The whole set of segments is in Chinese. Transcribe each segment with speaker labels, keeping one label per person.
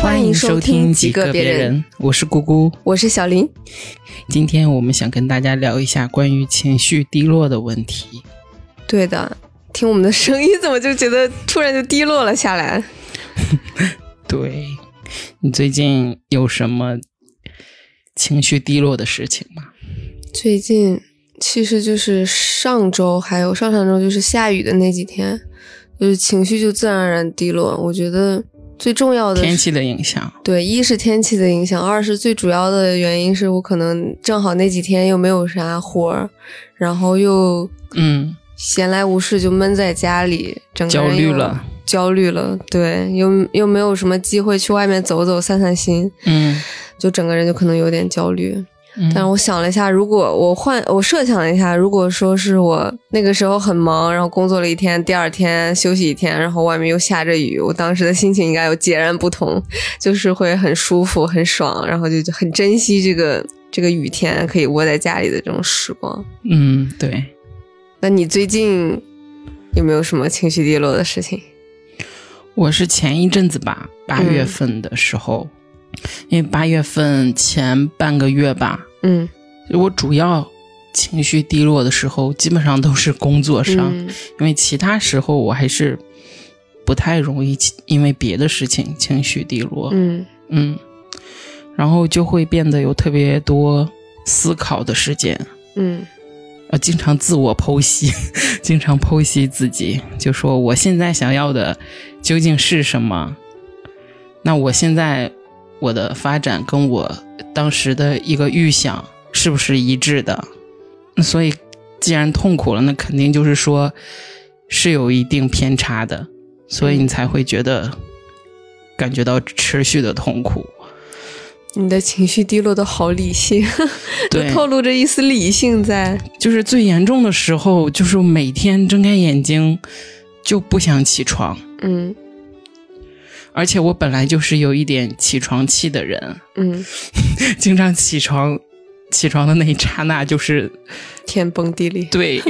Speaker 1: 欢迎收听《几个别人》，
Speaker 2: 我是姑姑，
Speaker 1: 我是小林。
Speaker 2: 今天我们想跟大家聊一下关于情绪低落的问题。
Speaker 1: 对的，听我们的声音，怎么就觉得突然就低落了下来？
Speaker 2: 对你最近有什么情绪低落的事情吗？
Speaker 1: 最近其实就是上周，还有上上周，就是下雨的那几天，就是情绪就自然而然低落。我觉得最重要的
Speaker 2: 天气的影响，
Speaker 1: 对，一是天气的影响，二是最主要的原因是我可能正好那几天又没有啥活儿，然后又
Speaker 2: 嗯，
Speaker 1: 闲来无事就闷在家里，整个
Speaker 2: 焦
Speaker 1: 人
Speaker 2: 虑
Speaker 1: 又
Speaker 2: 了，
Speaker 1: 焦虑了，对，又又没有什么机会去外面走走散散心，
Speaker 2: 嗯，
Speaker 1: 就整个人就可能有点焦虑。
Speaker 2: 嗯
Speaker 1: 但是我想了一下，如果我换，我设想了一下，如果说是我那个时候很忙，然后工作了一天，第二天休息一天，然后外面又下着雨，我当时的心情应该有截然不同，就是会很舒服、很爽，然后就就很珍惜这个这个雨天可以窝在家里的这种时光。
Speaker 2: 嗯，对，
Speaker 1: 那你最近有没有什么情绪低落的事情？
Speaker 2: 我是前一阵子吧，八
Speaker 1: 嗯
Speaker 2: 月份的时候，因为八月份前半个月吧，
Speaker 1: 嗯，
Speaker 2: 我主要情绪低落的时候，基本上都是啊工作上，
Speaker 1: 嗯
Speaker 2: 因为其他时候我还是不太容易起因为别的事情情绪低落，
Speaker 1: 嗯
Speaker 2: 嗯然后就会变得有特别多思考的时间，
Speaker 1: 嗯
Speaker 2: 呃，经常自我剖析， 经常剖析自己，就说我现在想要的究竟是什么？那我现在我的发展跟我当时的一个预想是不是一致的？所以，既然痛苦了，那肯定就是说是有一定偏差的，所以你才会觉得感觉到持续的痛苦。
Speaker 1: 你的情绪低落的好理性，
Speaker 2: 对，
Speaker 1: 透露着一丝理性在。
Speaker 2: 就是最严重的时候，就是每天睁开眼睛就不想起床，
Speaker 1: 嗯
Speaker 2: 而且我本来就是有一点起床气的人，
Speaker 1: 嗯，
Speaker 2: 经常起床，起床的那一刹那就是
Speaker 1: 天崩地裂。
Speaker 2: 对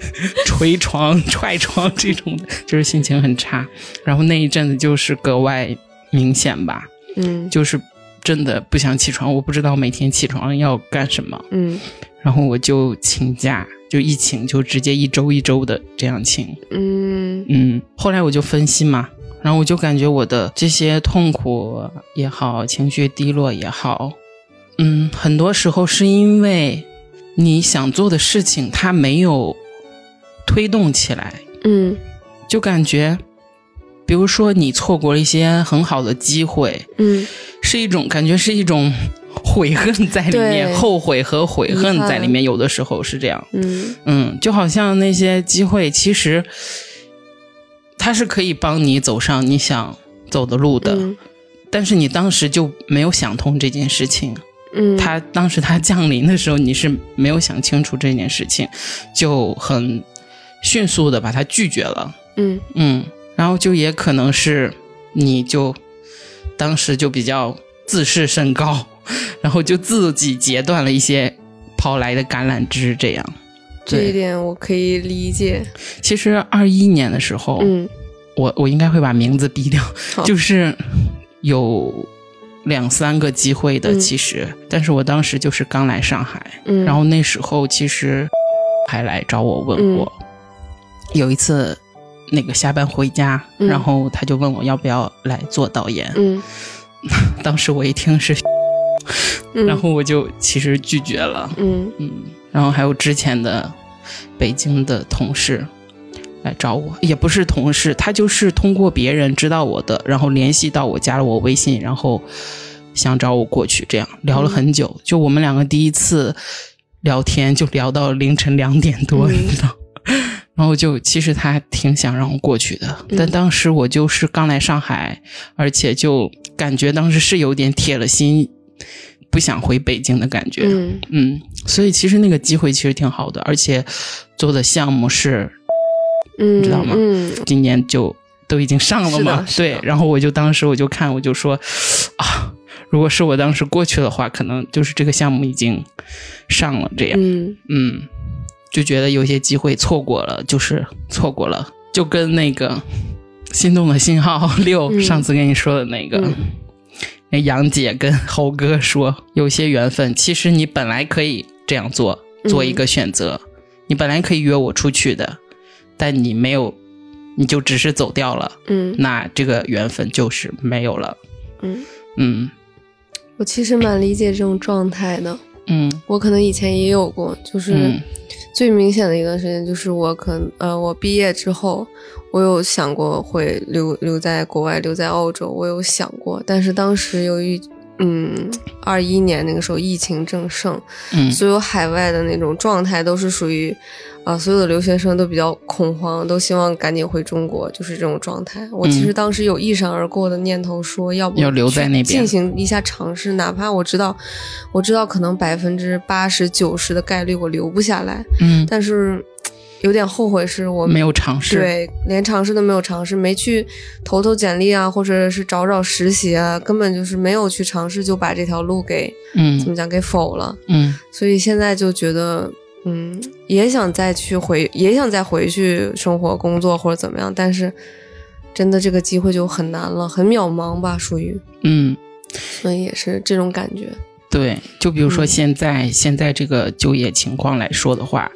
Speaker 2: 捶床、踹床这种的，就是心情很差。然后那一阵子就是格外明显吧，
Speaker 1: 嗯
Speaker 2: 就是真的不想起床，我不知道每天起床要干什么，
Speaker 1: 嗯
Speaker 2: 然后我就请假，就一请就直接一周一周的这样请。
Speaker 1: 嗯
Speaker 2: 嗯，后来我就分析嘛，然后我就感觉我的这些痛苦也好，情绪低落也好，嗯，很多时候是因为你想做的事情它没有推动起来，
Speaker 1: 嗯
Speaker 2: 就感觉，比如说你错过了一些很好的机会，
Speaker 1: 嗯，
Speaker 2: 是一种感觉是一种悔恨在里面，
Speaker 1: 对
Speaker 2: 后悔和悔恨在里面，有的时候是这样。
Speaker 1: 嗯
Speaker 2: 嗯，就好像那些机会，其实它是可以帮你走上你想走的路的，
Speaker 1: 嗯
Speaker 2: 但是你当时就没有想通这件事情。
Speaker 1: 嗯，
Speaker 2: 它当时它降临的时候，你是没有想清楚这件事情，就很迅速的把它拒绝了。
Speaker 1: 嗯
Speaker 2: 嗯，然后就也可能是你就当时就比较自视甚高， 然后就自己截断了一些抛来的橄榄枝，这样。
Speaker 1: 这
Speaker 2: 对
Speaker 1: 一点我可以理解。
Speaker 2: 其实二一年的时候，
Speaker 1: 嗯
Speaker 2: 我我应该会把名字毙掉
Speaker 1: 好，
Speaker 2: 就是有两三个机会的，
Speaker 1: 嗯
Speaker 2: 其实，但是我当时就是刚来上海，
Speaker 1: 嗯，
Speaker 2: 然后那时候其实还来找我问我，
Speaker 1: 嗯
Speaker 2: 有一次那个下班回家，
Speaker 1: 嗯
Speaker 2: 然后他就问我要不要来做导演，
Speaker 1: 嗯
Speaker 2: 当时我一听是，
Speaker 1: 嗯，
Speaker 2: 然后我就其实拒绝了，
Speaker 1: 嗯
Speaker 2: 嗯，然后还有之前的北京的同事来找我，也不是同事，他就是通过别人知道我的，然后联系到我，加了我微信，然后想找我过去，这样聊了很
Speaker 1: 嗯
Speaker 2: 久。就我们两个第一次聊天，就聊到凌晨两点多，
Speaker 1: 嗯
Speaker 2: 你知道。 然后就其实他挺想让我过去的，
Speaker 1: 嗯
Speaker 2: 但当时我就是刚来上海，而且就感觉当时是有点铁了心，不想回北京的感觉。
Speaker 1: 嗯
Speaker 2: 嗯，所以其实那个机会其实挺好的，而且做的项目是
Speaker 1: 嗯，
Speaker 2: 知道吗
Speaker 1: 嗯
Speaker 2: 今年就都已经上了
Speaker 1: 是
Speaker 2: 嘛
Speaker 1: 的，是
Speaker 2: 对
Speaker 1: 的。
Speaker 2: 然后我就当时我就看我就说啊，如果是我当时过去的话，可能就是这个项目已经上了这样，
Speaker 1: 嗯
Speaker 2: 嗯就觉得有些机会错过了，就是错过了，就跟那个《心动的信号六》
Speaker 1: 嗯
Speaker 2: 上次跟你说的那个。
Speaker 1: 嗯
Speaker 2: 杨姐跟猴哥说，有些缘分，其实你本来可以这样做，做一
Speaker 1: 嗯
Speaker 2: 个选择，你本来可以约我出去的，但你没有，你就只是走掉了，
Speaker 1: 嗯
Speaker 2: 那这个缘分就是没有了。
Speaker 1: 嗯，
Speaker 2: 嗯
Speaker 1: 我其实蛮理解这种状态的。
Speaker 2: 嗯
Speaker 1: 我可能以前也有过，就是
Speaker 2: 嗯
Speaker 1: 最明显的一段时间，就是我可能呃，我毕业之后，我有想过会留留在国外，留在澳洲，我有想过，但是当时由于嗯，二一年那个时候疫情正盛，
Speaker 2: 嗯
Speaker 1: 所有海外的那种状态都是属于，呃，所有的留学生都比较恐慌，都希望赶紧回中国，就是这种状态。我其实当时有一闪而过的念头，说要不
Speaker 2: 嗯要留在那边
Speaker 1: 去进行一下尝试，哪怕我知道，我知道可能百分之八十九十的概率我留不下来，
Speaker 2: 嗯，
Speaker 1: 但是嘖有点后悔是我
Speaker 2: 没有尝试。
Speaker 1: 对，连尝试都没有尝试，没去投投简历啊，或者是找找实习啊，根本就是没有去尝试，就把这条路给怎么
Speaker 2: 嗯
Speaker 1: 讲给否了。
Speaker 2: 嗯
Speaker 1: 所以现在就觉得，嗯，也想再去回，也想再回去生活、工作或者怎么样，但是真的这个机会就很难了，很渺茫吧，属于，
Speaker 2: 嗯，
Speaker 1: 所以也是这种感觉。
Speaker 2: 对，就比如说
Speaker 1: 嗯
Speaker 2: 现在、现在这个就业情况来说的话，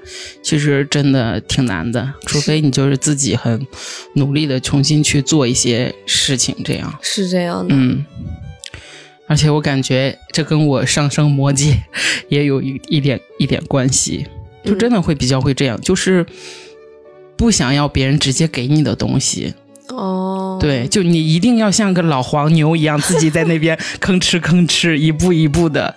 Speaker 2: 其实真的挺难的，除非你就是自己很努力的重新去做一些事情，这样，
Speaker 1: 是这样的，
Speaker 2: 嗯。而且我感觉这跟我上升摩羯 也有一一点一点关系，就真的会比较会这样，就是不想要别人直接给你的东西，
Speaker 1: 哦，
Speaker 2: 对，，就你一定要像个老黄牛一样，自己在那边吭哧吭哧，一步一步的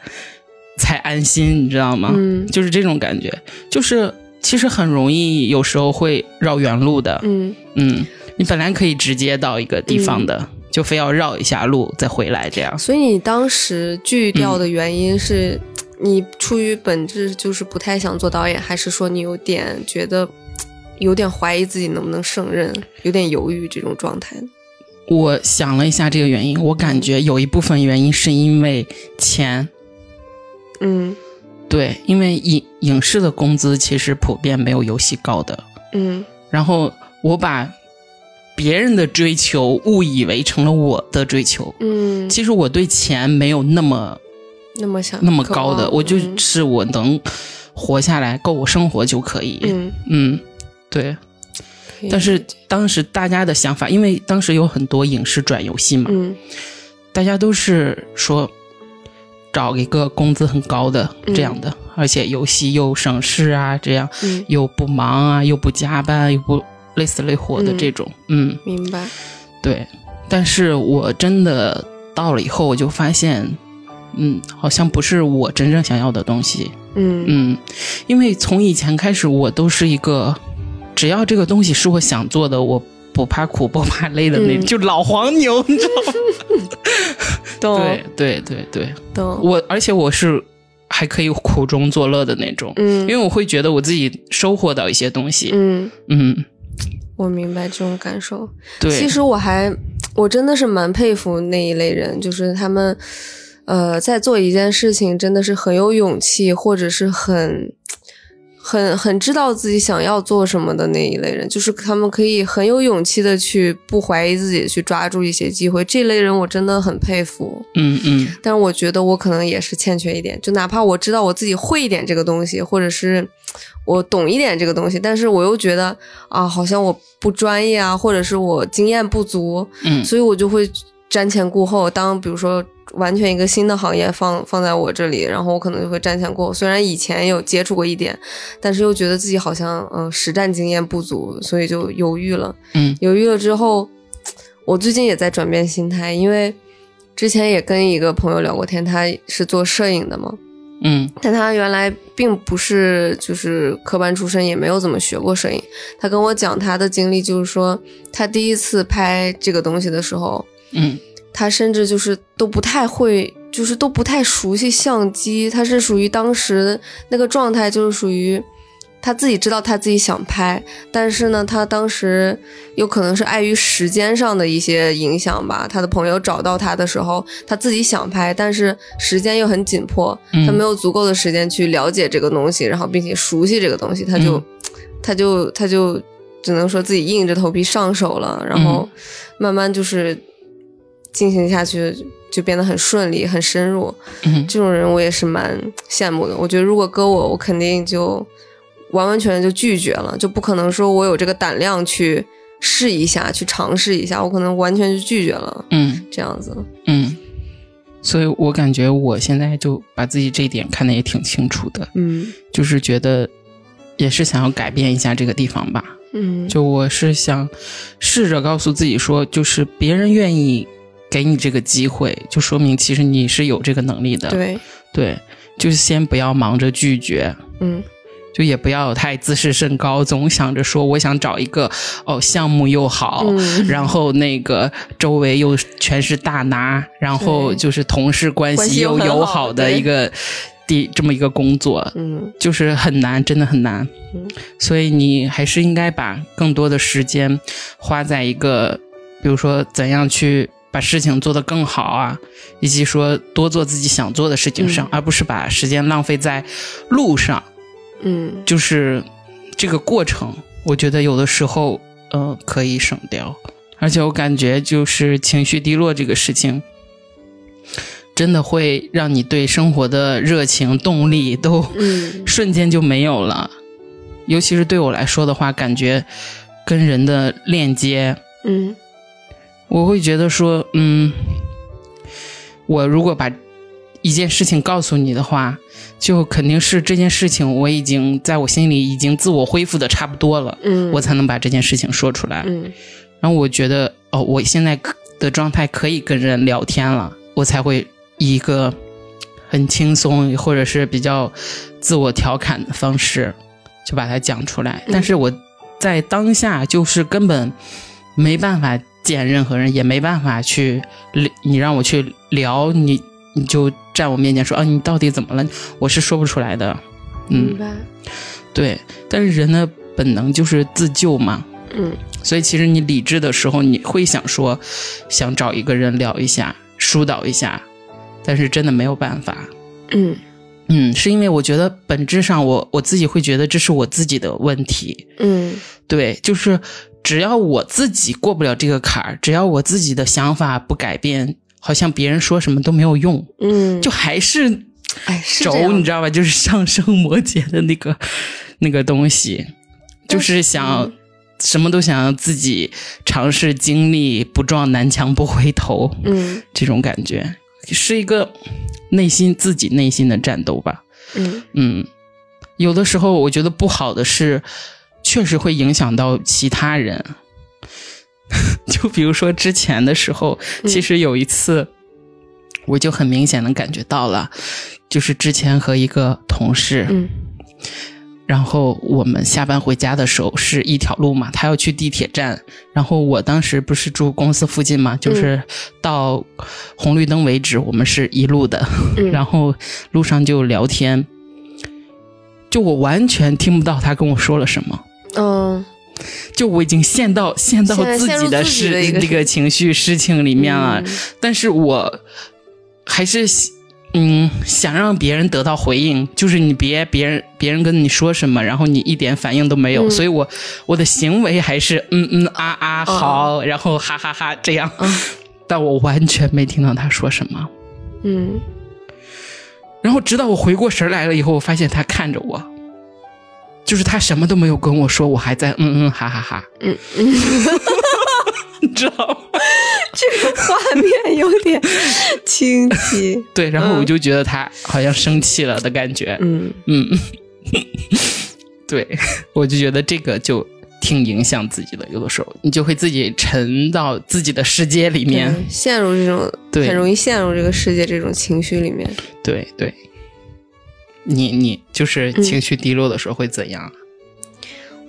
Speaker 2: 才安心，你知道吗？
Speaker 1: 嗯
Speaker 2: 啊就是这种感觉，就是其实很容易，有时候会绕远路的。
Speaker 1: 嗯，
Speaker 2: 嗯，你本来可以直接到一个地方的，就非要绕一下路再回来，这样。
Speaker 1: 所以你当时拒
Speaker 2: 嗯
Speaker 1: 掉的原因是。你出于本质就是不太想做导演，还是说你有点觉得有点怀疑自己能不能胜任，有点犹豫这种状态呢？
Speaker 2: 我想了一下这个原因，我感觉有一部分原因是因为钱。
Speaker 1: 嗯
Speaker 2: 对，因为影影视的工资其实普遍没有游戏高的。
Speaker 1: 嗯
Speaker 2: 然后我把别人的追求误以为成了我的追求。
Speaker 1: 嗯，
Speaker 2: 其实我对钱没有那么
Speaker 1: 那么想
Speaker 2: 那么
Speaker 1: 渴
Speaker 2: 高的，
Speaker 1: 望
Speaker 2: 我
Speaker 1: 嗯
Speaker 2: 就是我能活下来，够我生活就可以。
Speaker 1: 嗯，
Speaker 2: 嗯对。
Speaker 1: 可以
Speaker 2: 但是
Speaker 1: 理解
Speaker 2: 当时大家的想法，因为当时有很多影视转游戏嘛，
Speaker 1: 嗯
Speaker 2: 大家都是说找一个工资很高的
Speaker 1: 嗯
Speaker 2: 这样的，而且游戏又省事啊，这样
Speaker 1: 嗯，
Speaker 2: 又不忙啊，又不加班，又不累死累活的
Speaker 1: 嗯
Speaker 2: 这种，嗯
Speaker 1: 明白，
Speaker 2: 对，但是我真的到了以后，我就发现，嗯，好像不是我真正想要的东西。
Speaker 1: 嗯
Speaker 2: 嗯，因为从以前开始，我都是一个，只要这个东西是我想做的，我不怕苦不怕累的那，
Speaker 1: 嗯
Speaker 2: 就老黄牛，你知道吗？
Speaker 1: 懂哦
Speaker 2: 对对对对，
Speaker 1: 懂，
Speaker 2: 我而且我是还可以苦中作乐的那种，
Speaker 1: 嗯
Speaker 2: 因为我会觉得我自己收获到一些东西。
Speaker 1: 嗯，
Speaker 2: 嗯，
Speaker 1: 我明白这种感受。
Speaker 2: 对，
Speaker 1: 其实我还我真的是蛮佩服那一类人，就是他们呃在做一件事情真的是很有勇气，或者是很。很很知道自己想要做什么的那一类人，就是他们可以很有勇气的去不怀疑自己，去抓住一些机会。这类人我真的很佩服。
Speaker 2: 嗯嗯
Speaker 1: 但是我觉得我可能也是欠缺一点，就哪怕我知道我自己会一点这个东西，或者是我懂一点这个东西，但是我又觉得啊，好像我不专业啊，或者是我经验不足，
Speaker 2: 嗯
Speaker 1: 所以我就会瞻前顾后。当比如说完全一个新的行业放放在我这里，然后我可能就会瞻前顾后。虽然以前有接触过一点，但是又觉得自己好像嗯、呃实战经验不足，所以就犹豫了。
Speaker 2: 嗯
Speaker 1: 犹豫了之后，我最近也在转变心态，因为之前也跟一个朋友聊过天，他是做摄影的嘛，
Speaker 2: 嗯
Speaker 1: 但他原来并不是就是科班出身，也没有怎么学过摄影。他跟我讲他的经历，就是说他第一次拍这个东西的时候，
Speaker 2: 嗯
Speaker 1: 他甚至就是都不太会，就是都不太熟悉相机。他是属于当时那个状态，就是属于他自己知道他自己想拍，但是呢，他当时有可能是碍于时间上的一些影响吧。他的朋友找到他的时候，他自己想拍，但是时间又很紧迫，
Speaker 2: 嗯
Speaker 1: 他没有足够的时间去了解这个东西，然后并且熟悉这个东西，他就，
Speaker 2: 嗯
Speaker 1: 他就，他
Speaker 2: 嗯
Speaker 1: 就只能说自己硬着头皮上手了，然后慢慢就是进行下去就变得很顺利、很深入。
Speaker 2: 嗯
Speaker 1: 这种人我也是蛮羡慕的。我觉得如果搁我，我肯定就完完全全就拒绝了，就不可能说我有这个胆量去试一下、去尝试一下，我可能完全就拒绝了
Speaker 2: 嗯
Speaker 1: 这样子。
Speaker 2: 嗯，所以我感觉我现在就把自己这一点看得也挺清楚的，
Speaker 1: 嗯
Speaker 2: 就是觉得也是想要改变一下这个地方吧。
Speaker 1: 嗯，
Speaker 2: 就我是想试着告诉自己说，就是别人愿意给你这个机会，就说明其实你是有这个能力的。
Speaker 1: 对，
Speaker 2: 对，就是先不要忙着拒绝，
Speaker 1: 嗯
Speaker 2: 就也不要太自视甚高，总想着说我想找一个哦项目又好，
Speaker 1: 嗯
Speaker 2: 然后那个周围又全是大拿，然后
Speaker 1: 对
Speaker 2: 就是同事关
Speaker 1: 关
Speaker 2: 系
Speaker 1: 系又
Speaker 2: 又
Speaker 1: 很好
Speaker 2: 友好的
Speaker 1: 对
Speaker 2: 一个地这么一个工作，
Speaker 1: 嗯
Speaker 2: 就是很难，真的很难。
Speaker 1: 嗯
Speaker 2: 所以你还是应该把更多的时间花在一个，比如说怎样去把事情做得更好啊，以及说多做自己想做的事情上，而不是把时间浪费在路上。
Speaker 1: 嗯
Speaker 2: 就是这个过程，我觉得有的时候，呃，可以省掉。而且我感觉，就是情绪低落这个事情，真的会让你对生活的热情、动力都
Speaker 1: 嗯
Speaker 2: 瞬间就没有了。尤其是对我来说的话，感觉跟人的链接，
Speaker 1: 嗯
Speaker 2: 我会觉得说，嗯，我如果把一件事情告诉你的话，就肯定是这件事情我已经在我心里已经自我恢复的差不多了，
Speaker 1: 嗯，
Speaker 2: 我才能把这件事情说出来。
Speaker 1: 嗯
Speaker 2: 然后我觉得，哦，我现在可的状态可以跟人聊天了，我才会以一个很轻松或者是比较自我调侃的方式就把它讲出来。
Speaker 1: 嗯
Speaker 2: 但是我在当下就是根本没办法见任何人，也没办法去聊你让我去聊你，你就站我面前说啊，你到底怎么了？我是说不出来的。
Speaker 1: 明
Speaker 2: 嗯，
Speaker 1: 白，
Speaker 2: 对。但是人的本能就是自救嘛。
Speaker 1: 嗯
Speaker 2: 所以其实你理智的时候，你会想说，想找一个人聊一下，疏导一下，但是真的没有办法。
Speaker 1: 嗯
Speaker 2: 嗯，是因为我觉得本质上我我自己会觉得这是我自己的问题，
Speaker 1: 嗯
Speaker 2: 对，就是只要我自己过不了这个坎儿，只要我自己的想法不改变，好像别人说什么都没有用，
Speaker 1: 嗯，
Speaker 2: 就还是
Speaker 1: 哎是这
Speaker 2: 轴，
Speaker 1: 样
Speaker 2: 你知道吧？就是上升摩羯的那个那个东西，
Speaker 1: 但
Speaker 2: 就是
Speaker 1: 是
Speaker 2: 想
Speaker 1: 嗯
Speaker 2: 什么都想要自己尝试经历，不撞南墙不回头，
Speaker 1: 嗯
Speaker 2: 这种感觉是一个内心自己内心的战斗吧。
Speaker 1: 嗯
Speaker 2: 嗯，有的时候我觉得不好的是，确实会影响到其他人。 就比如说之前的时候，其实有一次，我就很明显的感觉到了，就是之前和一个同事，
Speaker 1: 嗯
Speaker 2: 然后我们下班回家的时候是一条路嘛，他要去地铁站，然后我当时不是住公司附近嘛，就是到红绿灯为止，我们是一路的，
Speaker 1: 嗯
Speaker 2: 然后路上就聊天，就我完全听不到他跟我说了什么，
Speaker 1: 嗯
Speaker 2: 就我已经陷到陷到
Speaker 1: 陷入
Speaker 2: 自己的
Speaker 1: 自己
Speaker 2: 事
Speaker 1: 的一个嗯
Speaker 2: 这个情绪事情里面了，但是我还是喜嗯想让别人得到回应，就是你别别人别人跟你说什么，然后你一点反应都没有，
Speaker 1: 嗯
Speaker 2: 所以我我的行为还是嗯嗯啊啊好，然后哈哈哈这样，
Speaker 1: 哦嗯
Speaker 2: 但我完全没听到他说什么。
Speaker 1: 嗯
Speaker 2: 然后直到我回过神来了以后，我发现他看着我，就是他什么都没有跟我说，我还在嗯嗯哈 哈哈，
Speaker 1: 嗯嗯，
Speaker 2: 你知道吗？
Speaker 1: 这个画面有点清晰，
Speaker 2: 对，然后我就觉得他好像生气了的感觉，
Speaker 1: 嗯
Speaker 2: 嗯，对， 我就觉得这个就挺影响自己的，有的时候你就会自己沉到自己的世界里面。
Speaker 1: 对陷入这种
Speaker 2: 对
Speaker 1: 很容易陷入这个世界这种情绪里面。
Speaker 2: 对对你你就是
Speaker 1: 嗯
Speaker 2: 情绪低落的时候会怎样？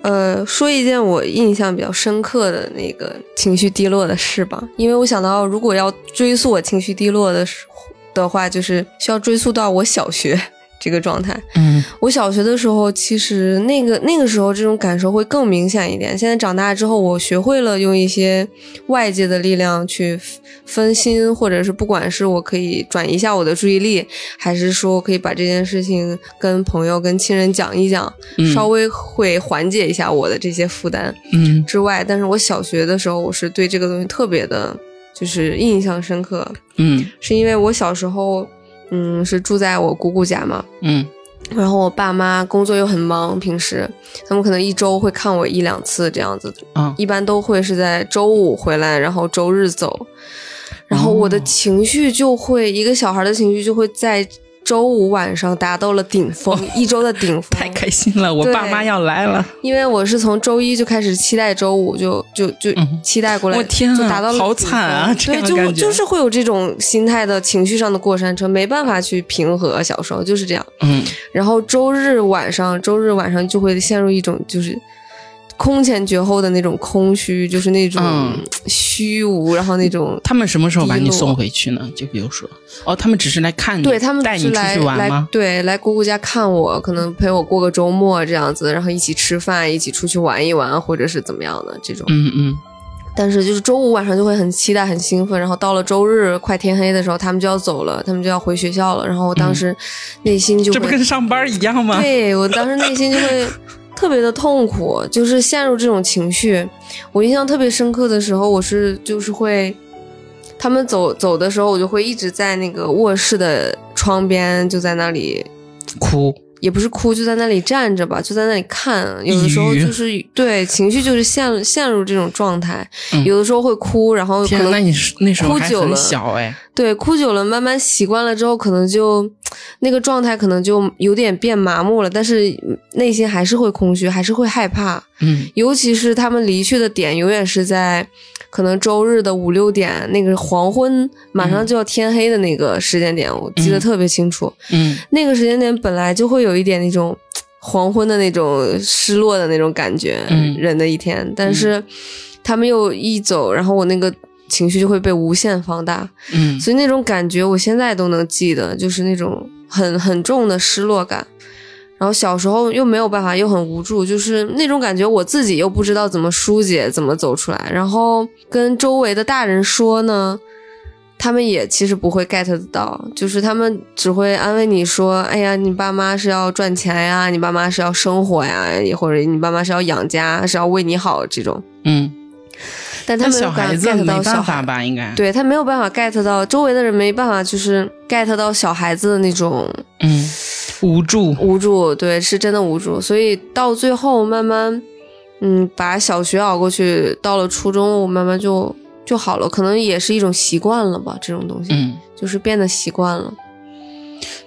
Speaker 1: 呃，说一件我印象比较深刻的那个情绪低落的事吧，因为我想到，如果要追溯我情绪低落的时的话，就是需要追溯到我小学这个状态。
Speaker 2: 嗯
Speaker 1: 我小学的时候，其实那个那个时候这种感受会更明显一点。现在长大之后，我学会了用一些外界的力量去分心，或者是不管是我可以转移一下我的注意力，还是说可以把这件事情跟朋友、跟亲人讲一讲，
Speaker 2: 嗯
Speaker 1: 稍微会缓解一下我的这些负担
Speaker 2: 嗯
Speaker 1: 之外。但是我小学的时候，我是对这个东西特别的就是印象深刻，
Speaker 2: 嗯
Speaker 1: 是因为我小时候，嗯，是住在我姑姑家嘛，
Speaker 2: 嗯
Speaker 1: 然后我爸妈工作又很忙，平时他们可能一周会看我一两次这样子，
Speaker 2: 啊
Speaker 1: 一般都会是在周五回来，然后周日走，然后我的
Speaker 2: 哦
Speaker 1: 情绪就会，一个小孩的情绪就会在周五晚上达到了顶峰，一周的顶峰，
Speaker 2: 哦 太开心了，我
Speaker 1: 对
Speaker 2: 爸妈要来了，
Speaker 1: 因为我是从周一就开始期待周五，就就就
Speaker 2: 嗯
Speaker 1: 期待过来，
Speaker 2: 我天啊
Speaker 1: 就达到了
Speaker 2: 好
Speaker 1: 顶峰
Speaker 2: 惨啊这
Speaker 1: 对，
Speaker 2: 样的
Speaker 1: 就
Speaker 2: 感觉
Speaker 1: 就是会有这种心态的情绪上的过山车，没办法去平和。小时候就是这样，
Speaker 2: 嗯
Speaker 1: 然后周日晚上，周日晚上就会陷入一种就是空前绝后的那种空虚，就是那种
Speaker 2: 嗯
Speaker 1: 虚无，然后那种。
Speaker 2: 他们什么时候把
Speaker 1: 低
Speaker 2: 你
Speaker 1: 落
Speaker 2: 送回去呢？就比如说，哦，他们只是来看你，
Speaker 1: 对他们
Speaker 2: 带你
Speaker 1: 是
Speaker 2: 出
Speaker 1: 来
Speaker 2: 去玩
Speaker 1: 来
Speaker 2: 吗？
Speaker 1: 对来姑姑家看我，可能陪我过个周末这样子，然后一起吃饭，一起出去玩一玩，或者是怎么样的这种。
Speaker 2: 嗯嗯
Speaker 1: 但是就是周五晚上就会很期待、很兴奋，然后到了周日快天黑的时候，他们就要走了，他们就要回学校了。然后我当时内心就
Speaker 2: 嗯这不
Speaker 1: 会，
Speaker 2: 跟上班一样吗？
Speaker 1: 对我当时内心就会特别的痛苦， 就是陷入这种情绪。我印象特别深刻的时候，我是就是会，他们走走的时候，我就会一直在那个卧室的窗边，就在那里
Speaker 2: 哭，
Speaker 1: 也不是哭，就在那里站着吧，就在那里看。有的时候
Speaker 2: 抑郁
Speaker 1: 就是对情绪就是陷入陷入这种状态，
Speaker 2: 嗯
Speaker 1: 有的时候会哭，然后可
Speaker 2: 天啊，那
Speaker 1: 能
Speaker 2: 你是那时候
Speaker 1: 哭
Speaker 2: 还
Speaker 1: 久
Speaker 2: 很
Speaker 1: 了
Speaker 2: 小哎，
Speaker 1: 对哭久了，慢慢习惯了之后，可能就那个状态可能就有点变麻木了，但是内心还是会空虚，还是会害怕。
Speaker 2: 嗯
Speaker 1: 尤其是他们离去的点，永远是在可能周日的五六点，那个黄昏马上就要天黑的那个时间点，我记得
Speaker 2: 嗯
Speaker 1: 特别清楚。
Speaker 2: 嗯
Speaker 1: 那个时间点本来就会有一点那种黄昏的那种失落的那种感觉，
Speaker 2: 嗯
Speaker 1: 人的一天。但是他们又一走，然后我那个情绪就会被无限放大，
Speaker 2: 嗯，
Speaker 1: 所以那种感觉我现在都能记得，就是那种很很重的失落感。然后小时候又没有办法，又很无助，就是那种感觉，我自己又不知道怎么疏解，怎么走出来。然后跟周围的大人说呢，他们也其实不会 get 得到，就是他们只会安慰你说：“哎呀，你爸妈是要赚钱呀，你爸妈是要生活呀，或者你爸妈是要养家，是要为你好这种。
Speaker 2: 嗯，”
Speaker 1: 但他
Speaker 2: 但
Speaker 1: 们
Speaker 2: 小
Speaker 1: 没有
Speaker 2: 孩
Speaker 1: 办
Speaker 2: 子
Speaker 1: 法 get
Speaker 2: 没
Speaker 1: 到小孩
Speaker 2: 办法吧？应该，
Speaker 1: 对他没有办法 get 到周围的人没办法就是 get 到小孩子的那种
Speaker 2: 嗯，无助，
Speaker 1: 无助，对，是真的无助。所以到最后慢慢，嗯，把小学熬过去，到了初中，我慢慢就就好了，可能也是一种习惯了吧，这种东西、
Speaker 2: 嗯，
Speaker 1: 就是变得习惯了。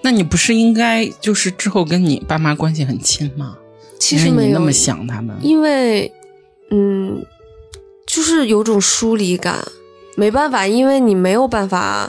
Speaker 2: 那你不是应该就是之后跟你爸妈关系很亲吗？
Speaker 1: 其实
Speaker 2: 因为
Speaker 1: 没
Speaker 2: 你那
Speaker 1: 有，
Speaker 2: 么想他们，
Speaker 1: 因为嗯，就是有种疏离感，没办法，因为你没有办法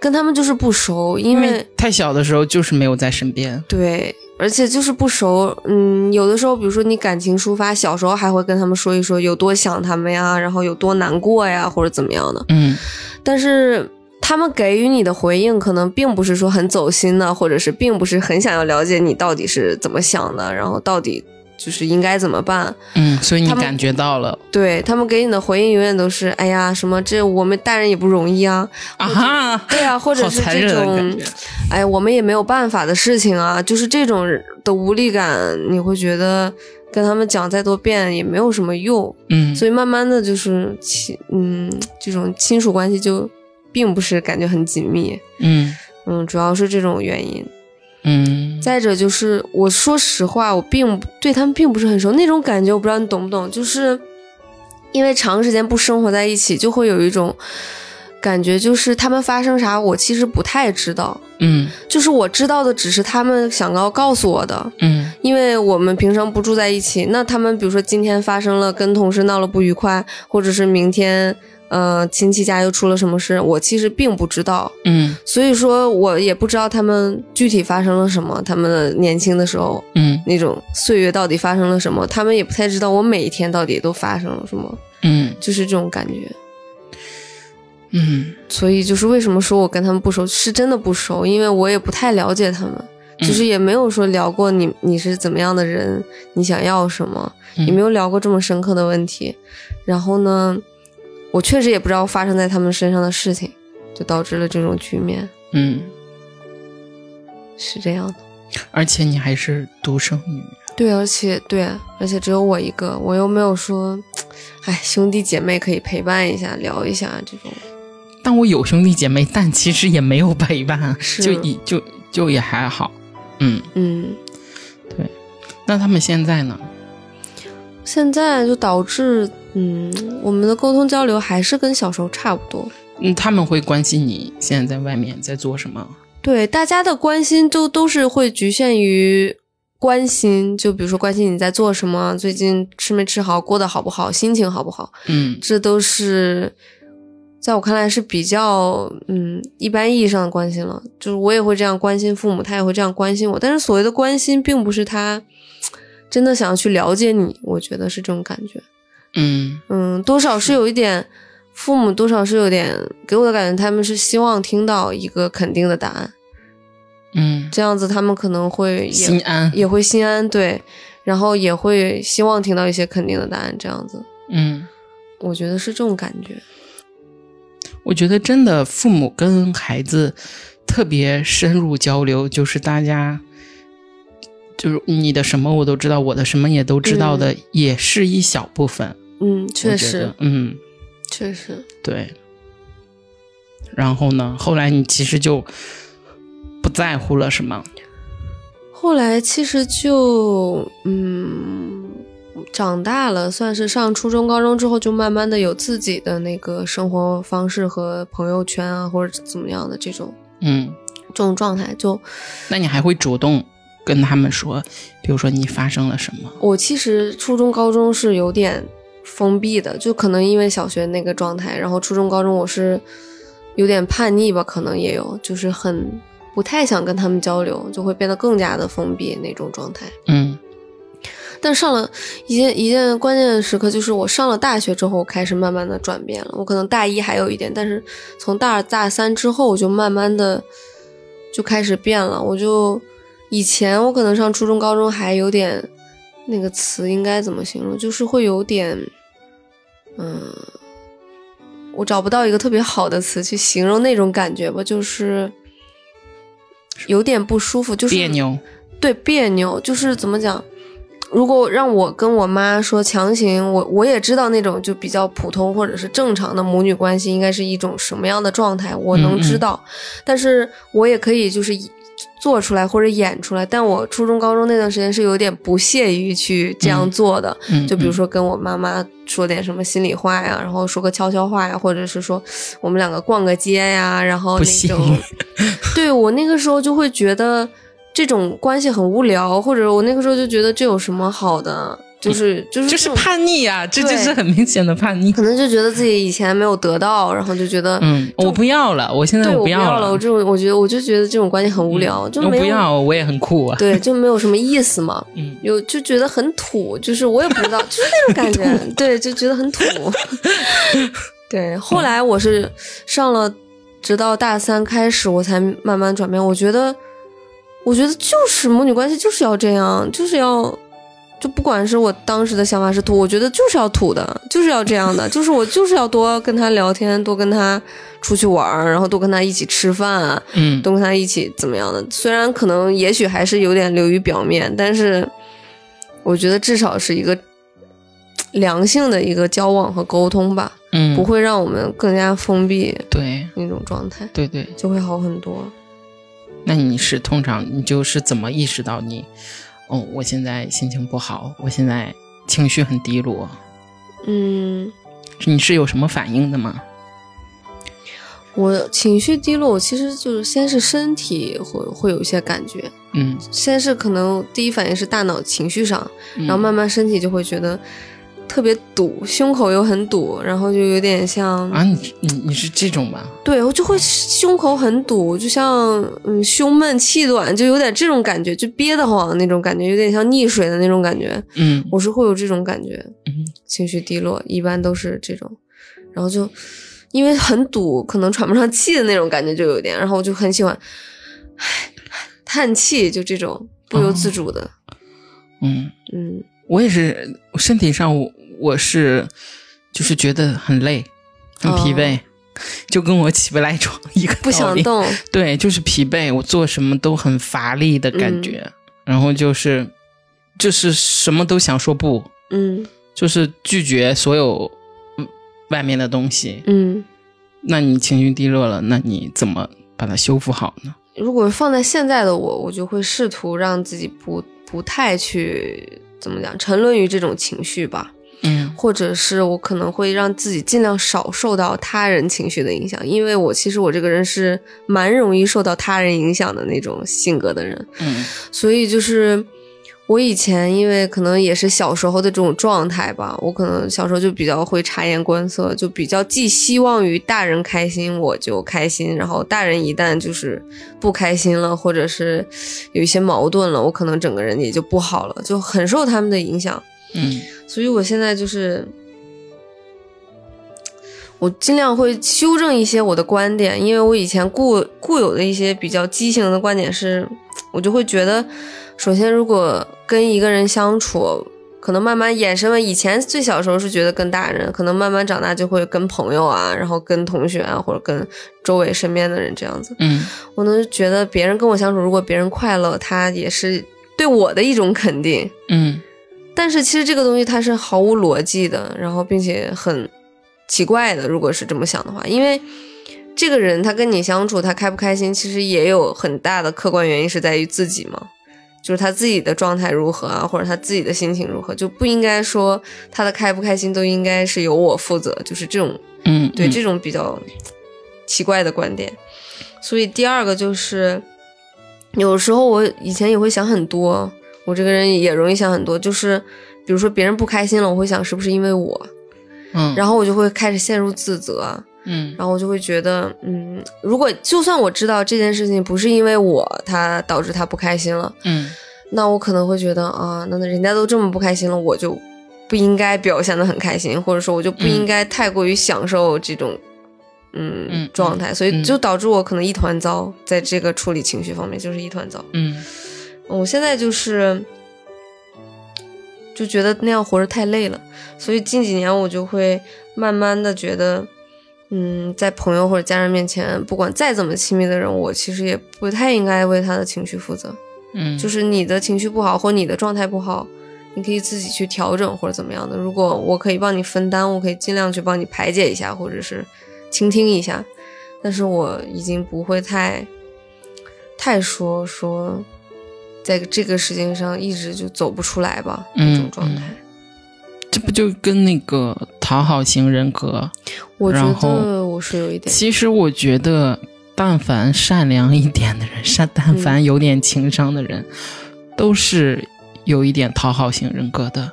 Speaker 1: 跟他们就是不熟，因为。
Speaker 2: 太小的时候就是没有在身边，
Speaker 1: 对，而且就是不熟，嗯，有的时候，比如说你感情抒发，小时候还会跟他们说一说有多想他们呀，然后有多难过呀，或者怎么样的。
Speaker 2: 嗯
Speaker 1: 但是他们给予你的回应，可能并不是说很走心的，或者是并不是很想要了解你到底是怎么想的，然后到底就是应该怎么办。
Speaker 2: 嗯，所以你
Speaker 1: 他们
Speaker 2: 感觉到了
Speaker 1: 对他们给你的回应，永远都是哎呀，什么这我们大人也不容易啊，
Speaker 2: 啊哈，
Speaker 1: 对啊，或者
Speaker 2: 好
Speaker 1: 是
Speaker 2: 残
Speaker 1: 这
Speaker 2: 忍的感
Speaker 1: 种
Speaker 2: 觉，
Speaker 1: 哎，我们也没有办法的事情啊，就是这种的无力感，你会觉得跟他们讲再多遍也没有什么用，
Speaker 2: 嗯，
Speaker 1: 所以慢慢的就是亲，嗯，这种亲属关系就并不是感觉很紧密，
Speaker 2: 嗯
Speaker 1: 嗯，主要是这种原因。
Speaker 2: 嗯，
Speaker 1: 再者就是，我说实话，我并不对他们并不是很熟，那种感觉我不知道你懂不懂，就是因为长时间不生活在一起，就会有一种感觉，就是他们发生啥，我其实不太知道。
Speaker 2: 嗯
Speaker 1: 就是我知道的只是他们想要告诉我的，
Speaker 2: 嗯
Speaker 1: 因为我们平常不住在一起。那他们比如说今天发生了跟同事闹了不愉快，或者是明天呃亲戚家又出了什么事，我其实并不知道，
Speaker 2: 嗯
Speaker 1: 所以说我也不知道他们具体发生了什么，他们的年轻的时候
Speaker 2: 嗯
Speaker 1: 那种岁月到底发生了什么，他们也不太知道我每一天到底都发生了什么，
Speaker 2: 嗯
Speaker 1: 就是这种感觉。
Speaker 2: 嗯，
Speaker 1: 所以就是为什么说我跟他们不熟，是真的不熟，因为我也不太了解他们，
Speaker 2: 嗯
Speaker 1: 就是也没有说聊过你你是怎么样的人，你想要什么，
Speaker 2: 嗯
Speaker 1: 也没有聊过这么深刻的问题。然后呢，我确实也不知道发生在他们身上的事情，就导致了这种局面，
Speaker 2: 嗯，
Speaker 1: 是这样的。
Speaker 2: 而且你还是独生女，
Speaker 1: 对，而且对，而且只有我一个，我又没有说，哎，兄弟姐妹可以陪伴一下，聊一下这种。
Speaker 2: 但我有兄弟姐妹，但其实也没有陪伴，啊
Speaker 1: 是
Speaker 2: 就以就就也还好。嗯，
Speaker 1: 嗯，
Speaker 2: 那他们现在呢？
Speaker 1: 现在就导致，嗯，我们的沟通交流还是跟小时候差不多。
Speaker 2: 嗯，他们会关心你现在在外面在做什么？
Speaker 1: 对，大家的关心都都是会局限于关心，就比如说关心你在做什么，最近吃没吃好，过得好不好，心情好不好，
Speaker 2: 嗯
Speaker 1: 这都是在我看来是比较嗯一般意义上的关心了。就是我也会这样关心父母，他也会这样关心我，但是所谓的关心，并不是他真的想要去了解你，我觉得是这种感觉。
Speaker 2: 嗯
Speaker 1: 嗯，多少是有一点，父母多少是有点给我的感觉，他们是希望听到一个肯定的答案，
Speaker 2: 嗯，
Speaker 1: 这样子他们可能会
Speaker 2: 心
Speaker 1: 也
Speaker 2: 安。
Speaker 1: 也会心安，对，然后也会希望听到一些肯定的答案，这样子，
Speaker 2: 嗯，
Speaker 1: 我觉得是这种感觉，
Speaker 2: 我觉得真的父母跟孩子特别深入交流，就是大家。就是你的什么我都知道，我的什么也都知道的，也是一小部分。
Speaker 1: 嗯，确
Speaker 2: 我觉
Speaker 1: 实
Speaker 2: 得，，嗯，
Speaker 1: 确实，
Speaker 2: 对。然后呢？后来你其实就不在乎了，是吗？
Speaker 1: 后来其实就嗯，长大了，算是上初中、高中之后，就慢慢的有自己的那个生活方式和朋友圈啊，或者怎么样的这种
Speaker 2: 嗯，
Speaker 1: 这种状态，就
Speaker 2: 那你还会主动跟他们说，比如说你发生了什么？
Speaker 1: 我其实初中、高中是有点封闭的，就可能因为小学那个状态，然后初中、高中我是有点叛逆吧，可能也有，就是很不太想跟他们交流，就会变得更加的封闭那种状态。
Speaker 2: 嗯
Speaker 1: 但上了一件一件关键的时刻，就是我上了大学之后，我开始慢慢的转变了。我可能大一还有一点，但是从大二、大三之后，我就慢慢的就开始变了。我就以前我可能上初中、高中还有点那个词应该怎么形容，就是会有点，嗯，我找不到一个特别好的词去形容那种感觉吧，就是有点不舒服，就是
Speaker 2: 别扭。
Speaker 1: 对别扭，就是怎么讲？如果让我跟我妈说强行，我我也知道那种就比较普通或者是正常的母女关系应该是一种什么样的状态，我能知道，但是我也可以就是做出来或者演出来。但我初中高中那段时间是有点不屑于去这样做的，
Speaker 2: 嗯，
Speaker 1: 就比如
Speaker 2: 嗯
Speaker 1: 说跟我妈妈说点什么心里话呀，然后说个悄悄话呀，或者是说我们两个逛个街呀，然后
Speaker 2: 不
Speaker 1: 那
Speaker 2: 屑
Speaker 1: 种，对我那个时候就会觉得这种关系很无聊，或者我那个时候就觉得这有什么好的，就是就是
Speaker 2: 就
Speaker 1: 这
Speaker 2: 是
Speaker 1: 种
Speaker 2: 叛逆呀、这
Speaker 1: 对
Speaker 2: 就是很明显的叛逆
Speaker 1: 可。能就觉得自己以前没有得到，然后就觉得
Speaker 2: 嗯，我不要了，我现在
Speaker 1: 对我
Speaker 2: 不
Speaker 1: 要
Speaker 2: 了，嗯
Speaker 1: 我这种我觉得我就觉得这种关系很无聊，就
Speaker 2: 我
Speaker 1: 没有
Speaker 2: 不要，我也很酷啊。
Speaker 1: 对就没有什么意思嘛。
Speaker 2: 嗯，
Speaker 1: 有就觉得很土，就是我也不知道， 就是那种感觉，对，就觉得很土。对，后来我是上了，直到大三开始，我才慢慢转变。我觉得，我觉得就是母女关系就是要这样，就是要。就不管是我当时的想法是土，我觉得就是要土的，就是要这样的， 就是我就是要多跟他聊天，多跟他出去玩儿，然后多跟他一起吃饭啊、
Speaker 2: 嗯，
Speaker 1: 都跟他一起怎么样的？虽然可能也许还是有点流于表面，但是我觉得至少是一个嘖良性的一个交往和沟通吧，
Speaker 2: 嗯，
Speaker 1: 不会让我们更加封闭
Speaker 2: 对
Speaker 1: 那种状态，
Speaker 2: 对对。
Speaker 1: 就会好很多。
Speaker 2: 那你是通常你就是怎么意识到你，哦，我现在心情不好，我现在情绪很低落，
Speaker 1: 嗯，
Speaker 2: 你是有什么反应的吗？
Speaker 1: 我情绪低落，我其实就是先是身体会会有一些感觉，
Speaker 2: 嗯，
Speaker 1: 先是可能第一反应是大脑情绪上，
Speaker 2: 嗯
Speaker 1: 然后慢慢身体就会觉得特别堵，胸口又很堵，然后就有点像
Speaker 2: 啊，你你你是这种吧？
Speaker 1: 对，我就会胸口很堵，就像嗯胸闷气短，就有点这种感觉，就憋得慌那种感觉，有点像溺水的那种感觉。
Speaker 2: 嗯
Speaker 1: 我是会有这种感觉，
Speaker 2: 嗯
Speaker 1: 情绪低落一般都是这种，然后就因为很堵，可能喘不上气的那种感觉就有点，然后我就很喜欢唉叹气，就这种不由自主的，
Speaker 2: 嗯，
Speaker 1: 嗯
Speaker 2: 我也是身体上我我是就是觉得很累，很疲惫，就跟我起不来床一个
Speaker 1: 哦不
Speaker 2: 道
Speaker 1: 想
Speaker 2: 理。
Speaker 1: 动，
Speaker 2: 对，就是疲惫，我做什么都很乏力的
Speaker 1: 嗯
Speaker 2: 感觉，然后就是就是什么都想说不，
Speaker 1: 嗯
Speaker 2: 就是拒绝所有嗯外面的东西，
Speaker 1: 嗯
Speaker 2: 那你情绪低落了，那你怎么把它修复好呢？
Speaker 1: 如果放在现在的我，我就会试图让自己不不太去怎么讲沉沦于这种情绪吧，
Speaker 2: 嗯
Speaker 1: 或者是我可能会让自己尽量少受到他人情绪的影响，因为我其实我这个人是蛮容易受到他人影响的那种性格的人，
Speaker 2: 嗯
Speaker 1: 所以就是我以前因为可能也是小时候的这种状态吧，我可能小时候就比较会察言观色，就比较寄希望于大人开心我就开心，然后大人一旦就是不开心了，或者是有一些矛盾了，我可能整个人也就不好了，就很受他们的影响。
Speaker 2: 嗯
Speaker 1: 所以我现在就是，我尽量会修正一些我的观点，因为我以前固固有的一些比较畸形的观点是，我就会觉得，首先如果跟一个人相处，可能慢慢衍生了，以前最小时候是觉得跟大人，可能慢慢长大就会跟朋友啊，然后跟同学啊，或者跟周围身边的人这样子，
Speaker 2: 嗯
Speaker 1: 我能觉得别人跟我相处，如果别人快乐，他也是对我的一种肯定。
Speaker 2: 嗯
Speaker 1: 但是其实这个东西它是毫无逻辑的，然后并且很奇怪的。如果是这么想的话，因为这个人他跟你相处，他开不开心，其实也有很大的客观原因是在于自己嘛，就是他自己的状态如何啊，或者他自己的心情如何，就不应该说他的开不开心都应该是由我负责，就是这种
Speaker 2: 嗯，
Speaker 1: 对
Speaker 2: 嗯
Speaker 1: 这种比较奇怪的观点。所以第二个就是，有时候我以前也会想很多，我这个人也容易想很多，就是比如说别人不开心了，我会想是不是因为我，
Speaker 2: 嗯，
Speaker 1: 然后我就会开始陷入自责，
Speaker 2: 嗯
Speaker 1: 然后我就会觉得，嗯，如果就算我知道这件事情不是因为我他导致他不开心了，
Speaker 2: 嗯
Speaker 1: 那我可能会觉得啊，那人家都这么不开心了，我就不应该表现的很开心，或者说我就不应该太过于享受这种嗯
Speaker 2: 嗯
Speaker 1: 状态，所以
Speaker 2: 嗯
Speaker 1: 就导致我可能一团糟，在这个处理情绪方面就是一团糟。
Speaker 2: 嗯
Speaker 1: 我现在就是就觉得那样活着太累了，所以近几年我就会慢慢的觉得，嗯，在朋友或者家人面前，不管再怎么亲密的人，我其实也不太应该为他的情绪负责。
Speaker 2: 嗯，
Speaker 1: 就是是你的情绪不好或你的状态不好，你可以自己去调整或者怎么样的。如果我可以帮你分担，我可以尽量去帮你排解一下，或者是倾听一下。但是我已经不会太太说说，在这个事情上一直就走不出来吧，
Speaker 2: 嗯
Speaker 1: 这种状态。
Speaker 2: 这不就跟那个讨好型人格？
Speaker 1: 我觉
Speaker 2: 然后
Speaker 1: 得我是有一点，
Speaker 2: 其实我觉得，但凡善良一点的人，善但凡有点情商的人，都是有一点讨好型人格的。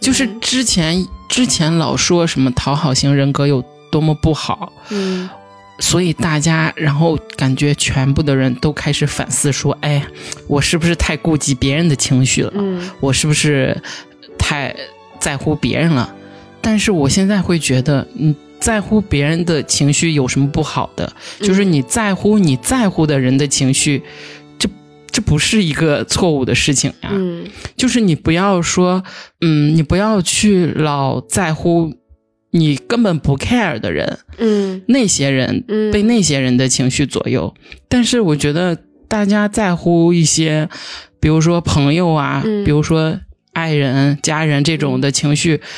Speaker 2: 就是
Speaker 1: 嗯
Speaker 2: 之前之前老说什么讨好型人格有多么不好，
Speaker 1: 嗯
Speaker 2: 所以大家，然后感觉全部的人都开始反思，说：“哎，我是不是太顾及别人的情绪了？
Speaker 1: 嗯
Speaker 2: 我是不是太在乎别人了？”但是我现在会觉得，你在乎别人的情绪有什么不好的？就是你在乎你在乎的人的情绪，这这不是一个错误的事情呀。
Speaker 1: 嗯
Speaker 2: 就是你不要说，嗯，你不要去老在乎你根本不 care 的人。
Speaker 1: 嗯
Speaker 2: 那些人，
Speaker 1: 嗯
Speaker 2: 被那些人的情绪左右。但是我觉得大家在乎一些，比如说朋友啊，
Speaker 1: 嗯
Speaker 2: 比如说爱人、家人这种的情绪，
Speaker 1: 嗯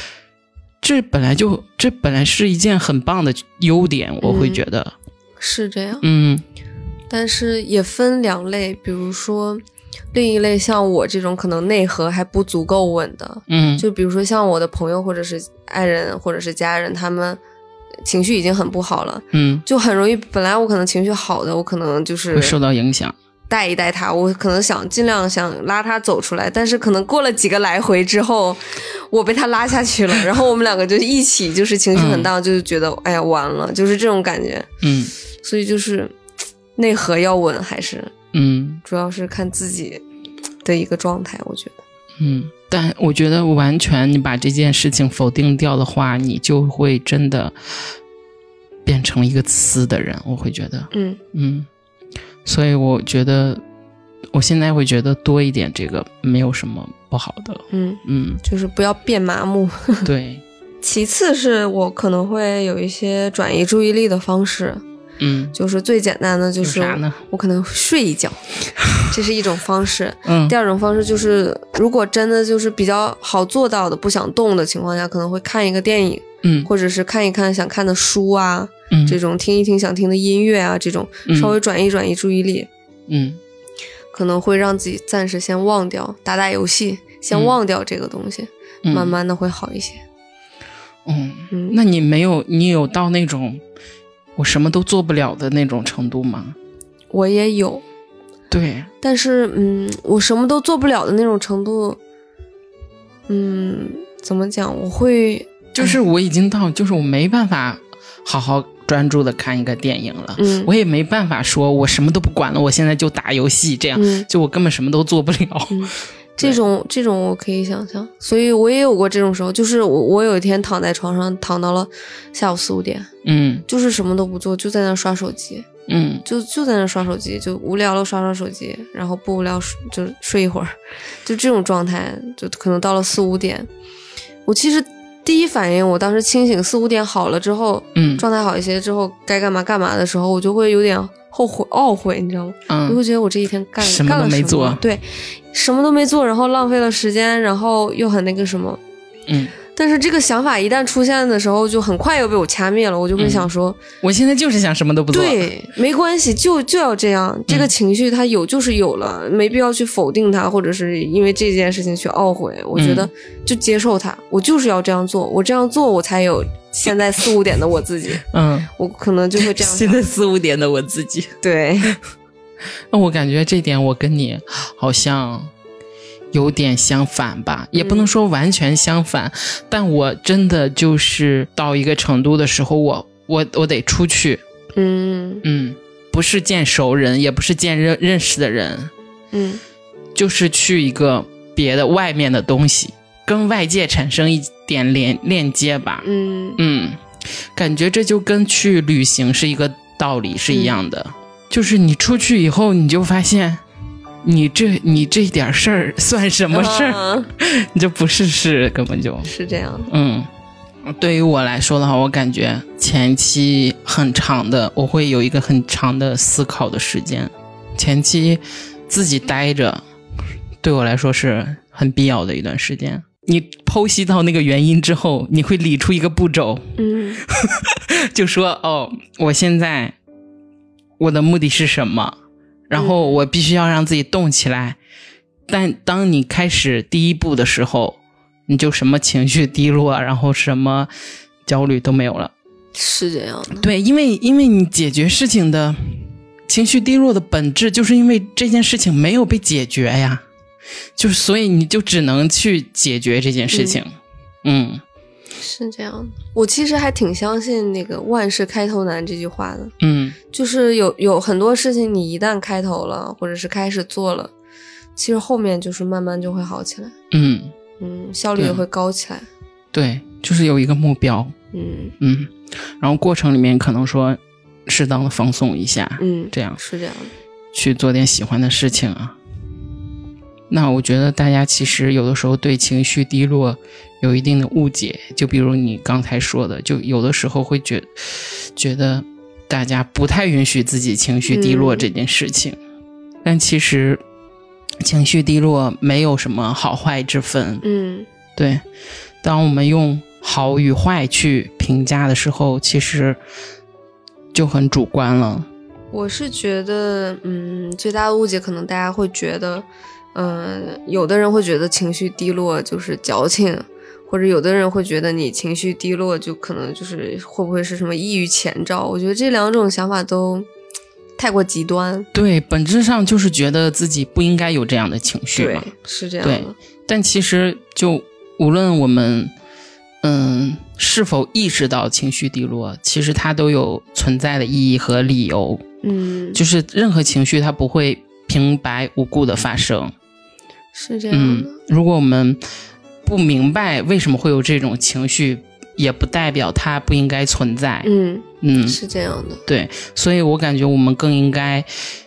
Speaker 2: 这本来就这本来是一件很棒的优点，我会觉得，
Speaker 1: 是这样。
Speaker 2: 嗯
Speaker 1: 但是也分两类，比如说另一类像我这种可能内核还不足够稳的，
Speaker 2: 嗯
Speaker 1: 就比如说像我的朋友或者是爱人或者是家人，他们情绪已经很不好了，
Speaker 2: 嗯，
Speaker 1: 就很容易。本来我可能情绪好的，我可能就是
Speaker 2: 会受到影响。
Speaker 1: 带一带他，我可能想尽量想拉他走出来，但是可能过了几个来回之后，我被他拉下去 了，然后我们两个就一起就是情绪很荡，就是觉得哎呀完了，就是这种感觉。
Speaker 2: 嗯
Speaker 1: 所以就是内核要稳还是。
Speaker 2: 嗯
Speaker 1: 主要是看自己的一个状态，我觉得。
Speaker 2: 嗯，但我觉得完全你把这件事情否定掉的话，你就会真的变成一个自私的人，我会觉得。
Speaker 1: 嗯
Speaker 2: 嗯，所以我觉得，我现在会觉得多一点这个没有什么不好的。
Speaker 1: 嗯，，
Speaker 2: 嗯
Speaker 1: 就是不要变麻木。
Speaker 2: 对，
Speaker 1: 其次是我可能会有一些转移注意力的方式，
Speaker 2: 嗯，
Speaker 1: 就是最简单的就
Speaker 2: 有
Speaker 1: 是
Speaker 2: 啥呢？
Speaker 1: 我可能睡一觉， 这是一种方式。
Speaker 2: 嗯
Speaker 1: 第，二种方式就是，如果真的就是比较好做到的，不想动的情况下，可能会看一个电影，
Speaker 2: 嗯
Speaker 1: 或者是看一看想看的书啊，
Speaker 2: 嗯
Speaker 1: 这种听一听想听的音乐啊，这种
Speaker 2: 嗯
Speaker 1: 稍微转移转移注意力，
Speaker 2: 嗯
Speaker 1: 可能会让自己暂时先忘掉，打打游戏，先
Speaker 2: 嗯
Speaker 1: 忘掉这个东西，
Speaker 2: 嗯
Speaker 1: 慢慢的会好一些。
Speaker 2: 嗯，
Speaker 1: 嗯，
Speaker 2: 那你没有你有到那种我什么都做不了的那种程度吗？
Speaker 1: 我也有，
Speaker 2: 对，
Speaker 1: 但是嗯，我什么都做不了的那种程度，嗯，怎么讲？我会，
Speaker 2: 就是我已经到，就是我没办法好好专注的看一个电影了，
Speaker 1: 嗯
Speaker 2: 我也没办法说我什么都不管了，我现在就打游戏这样，
Speaker 1: 嗯，
Speaker 2: 就我根本什么都做不了。
Speaker 1: 这种这种我可以想象，所以我也有过这种时候，就是我我有一天躺在床上躺到了下午四五点，
Speaker 2: 嗯
Speaker 1: 就是什么都不做，就在那刷手机，
Speaker 2: 嗯
Speaker 1: 就就在那刷手机，就无聊了刷刷手机，然后不无聊睡就睡一会儿，就这种状态，就可能到了四五点。我其实第一反应，我当时清醒四五点好了之后，
Speaker 2: 嗯
Speaker 1: 状态好一些之后，该干嘛干嘛的时候，我就会有点后悔懊悔，你知道吗？我
Speaker 2: 嗯
Speaker 1: 会觉得我这一天干
Speaker 2: 什么
Speaker 1: 干
Speaker 2: 都
Speaker 1: 了
Speaker 2: 没
Speaker 1: 什么
Speaker 2: 做
Speaker 1: 对，什么都没做，然后浪费了时间，然后又很那个什么。
Speaker 2: 嗯，
Speaker 1: 但是这个想法一旦出现的时候，就很快又被我掐灭了。我就会
Speaker 2: 嗯
Speaker 1: 想说，
Speaker 2: 我现在就是想什么都不做。嗯
Speaker 1: 对，没关系，就就要这样。这个情绪它有就是有了，没必要去否定它，或者是因为这件事情去懊悔。我觉得
Speaker 2: 嗯
Speaker 1: 就接受它，我就是要这样做，我这样做我才有现在四五点的我自己。
Speaker 2: 嗯，
Speaker 1: 我可能就会这样想
Speaker 2: 现。在四五点的我自己，
Speaker 1: 对，
Speaker 2: 那嗯我感觉这点我跟你好像有点相反吧，也不能说完全相反，但我真的就是到一个程度的时候，我我我得出去，
Speaker 1: 嗯
Speaker 2: 嗯，不是见熟人，也不是见认认识的人，
Speaker 1: 嗯
Speaker 2: 就是去一个别的外面的东西，跟外界产生一点连链接吧，
Speaker 1: 嗯
Speaker 2: 嗯，感觉这就跟去旅行是一个道理是一样的，就是你出去以后，你就发现，你这你这点事儿算 什么事儿？
Speaker 1: 啊
Speaker 2: 你这不是事，根本就是
Speaker 1: 这样。
Speaker 2: 嗯。对于我来说的话，我感觉前期很长的，我会有一个很长的思考的时间。前期自己待着，对我来说是很必要的一段时间。你剖析到那个原因之后，你会理出一个步骤，
Speaker 1: 嗯
Speaker 2: 就说哦，我现在我的目的是什么，然后我必须要让自己动起来。但当你开始第一步的时候，你就什么情绪低落，然后什么焦虑都没有了。，
Speaker 1: 是这样的。
Speaker 2: 对，因为因为你解决事情的情绪低落的本质，就是因为这件事情没有被解决呀，就是所以你就只能去解决这件事情。嗯
Speaker 1: 是这样的。我其实还挺相信那个“万事开头难”这句话的，
Speaker 2: 嗯
Speaker 1: 就是有有很多事情你一旦开头了，或者是开始做了，其实后面就是慢慢就会好起来，
Speaker 2: 嗯，
Speaker 1: 嗯，效率
Speaker 2: 对
Speaker 1: 也会高起来，
Speaker 2: 对，就是有一个目标。
Speaker 1: 嗯
Speaker 2: 嗯，然后过程里面可能说适当的放松一下，
Speaker 1: 嗯，
Speaker 2: 这样
Speaker 1: 是这样的。
Speaker 2: 去做点喜欢的事情啊。那我觉得大家其实有的时候对情绪低落有一定的误解，就比如你刚才说的，就有的时候会觉觉得大家不太允许自己情绪低落
Speaker 1: 嗯
Speaker 2: 这件事情，但其实情绪低落没有什么好坏之分，
Speaker 1: 嗯
Speaker 2: 对，当我们用好与坏去评价的时候，其实就很主观了。
Speaker 1: 我是觉得，嗯，最大的误解可能大家会觉得，嗯、有的人会觉得情绪低落就是矫情，或者有的人会觉得你情绪低落就可能就是会不会是什么抑郁前兆？我觉得这两种想法都太过极端。
Speaker 2: 对，本质上就是觉得自己不应该有这样的情绪
Speaker 1: 对
Speaker 2: 嘛。，
Speaker 1: 是这样的。
Speaker 2: 但其实就无论我们嗯是否意识到情绪低落，其实它都有存在的意义和理由。
Speaker 1: 嗯，
Speaker 2: 就是任何情绪它不会平白无故的发生。
Speaker 1: 是这样
Speaker 2: 嗯
Speaker 1: 的。，
Speaker 2: 如果我们不明白为什么会有这种情绪，也不代表它不应该存在。
Speaker 1: 嗯，
Speaker 2: 嗯，
Speaker 1: 是这样的。
Speaker 2: 对，所以我感觉我们更应该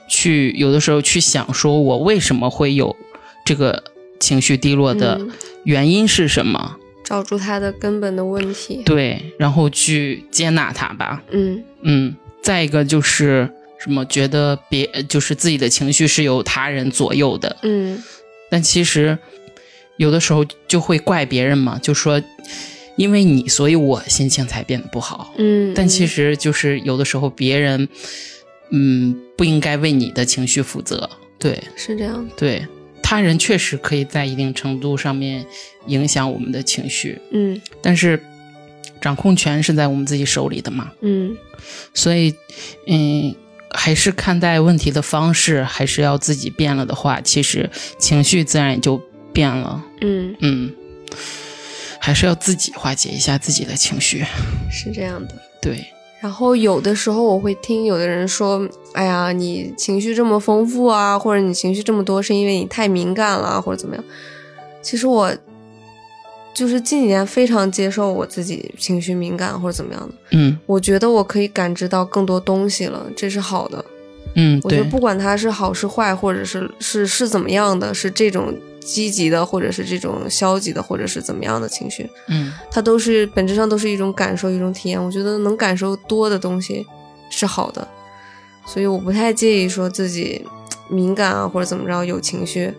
Speaker 2: 去有的时候去想，说我为什么会有这个情绪低落的
Speaker 1: 嗯
Speaker 2: 原因是什么？
Speaker 1: 找出他的根本的问题。
Speaker 2: 对，然后去接纳它吧。
Speaker 1: 嗯
Speaker 2: 嗯，再一个就是什么，觉得别就是自己的情绪是由他人左右的，
Speaker 1: 嗯
Speaker 2: 但其实有的时候就会怪别人嘛，就说因为你，所以我心情才变得不好。
Speaker 1: 嗯，
Speaker 2: 但其
Speaker 1: 实
Speaker 2: 实就是有的时候别人，嗯，不应该为你的情绪负责。对
Speaker 1: 是这样，
Speaker 2: 对，他人确实可以在一定程度上面影响我们的情绪，
Speaker 1: 嗯
Speaker 2: 但是掌控权是在我们自己手里的嘛。
Speaker 1: 嗯
Speaker 2: 所以，嗯，还是看待问题的方式，还是要自己变了的话，其实情绪自然也就变了。
Speaker 1: 嗯，
Speaker 2: 嗯，还是要自己化解一下自己的情绪。
Speaker 1: 是这样的。
Speaker 2: 对，
Speaker 1: 然后有的时候我会听有的人说：“哎呀，你情绪这么丰富啊，或者你情绪这么多，是因为你太敏感了啊，或者怎么样。”其实我就是近几年非常接受我自己情绪敏感或者怎么样的，
Speaker 2: 嗯
Speaker 1: 我觉得我可以感知到更多东西了，这是好的。
Speaker 2: 嗯，
Speaker 1: 我觉得
Speaker 2: 对
Speaker 1: 不管它是好是坏，或者是是是怎么样的，是这种积极的，或者是这种消极的，或者是怎么样的情绪，
Speaker 2: 嗯
Speaker 1: 它都是本质上都是一种感受，一种体验。我觉得能感受多的东西是好的，所以我不太介意说自己嘖敏感啊或者怎么着有情绪，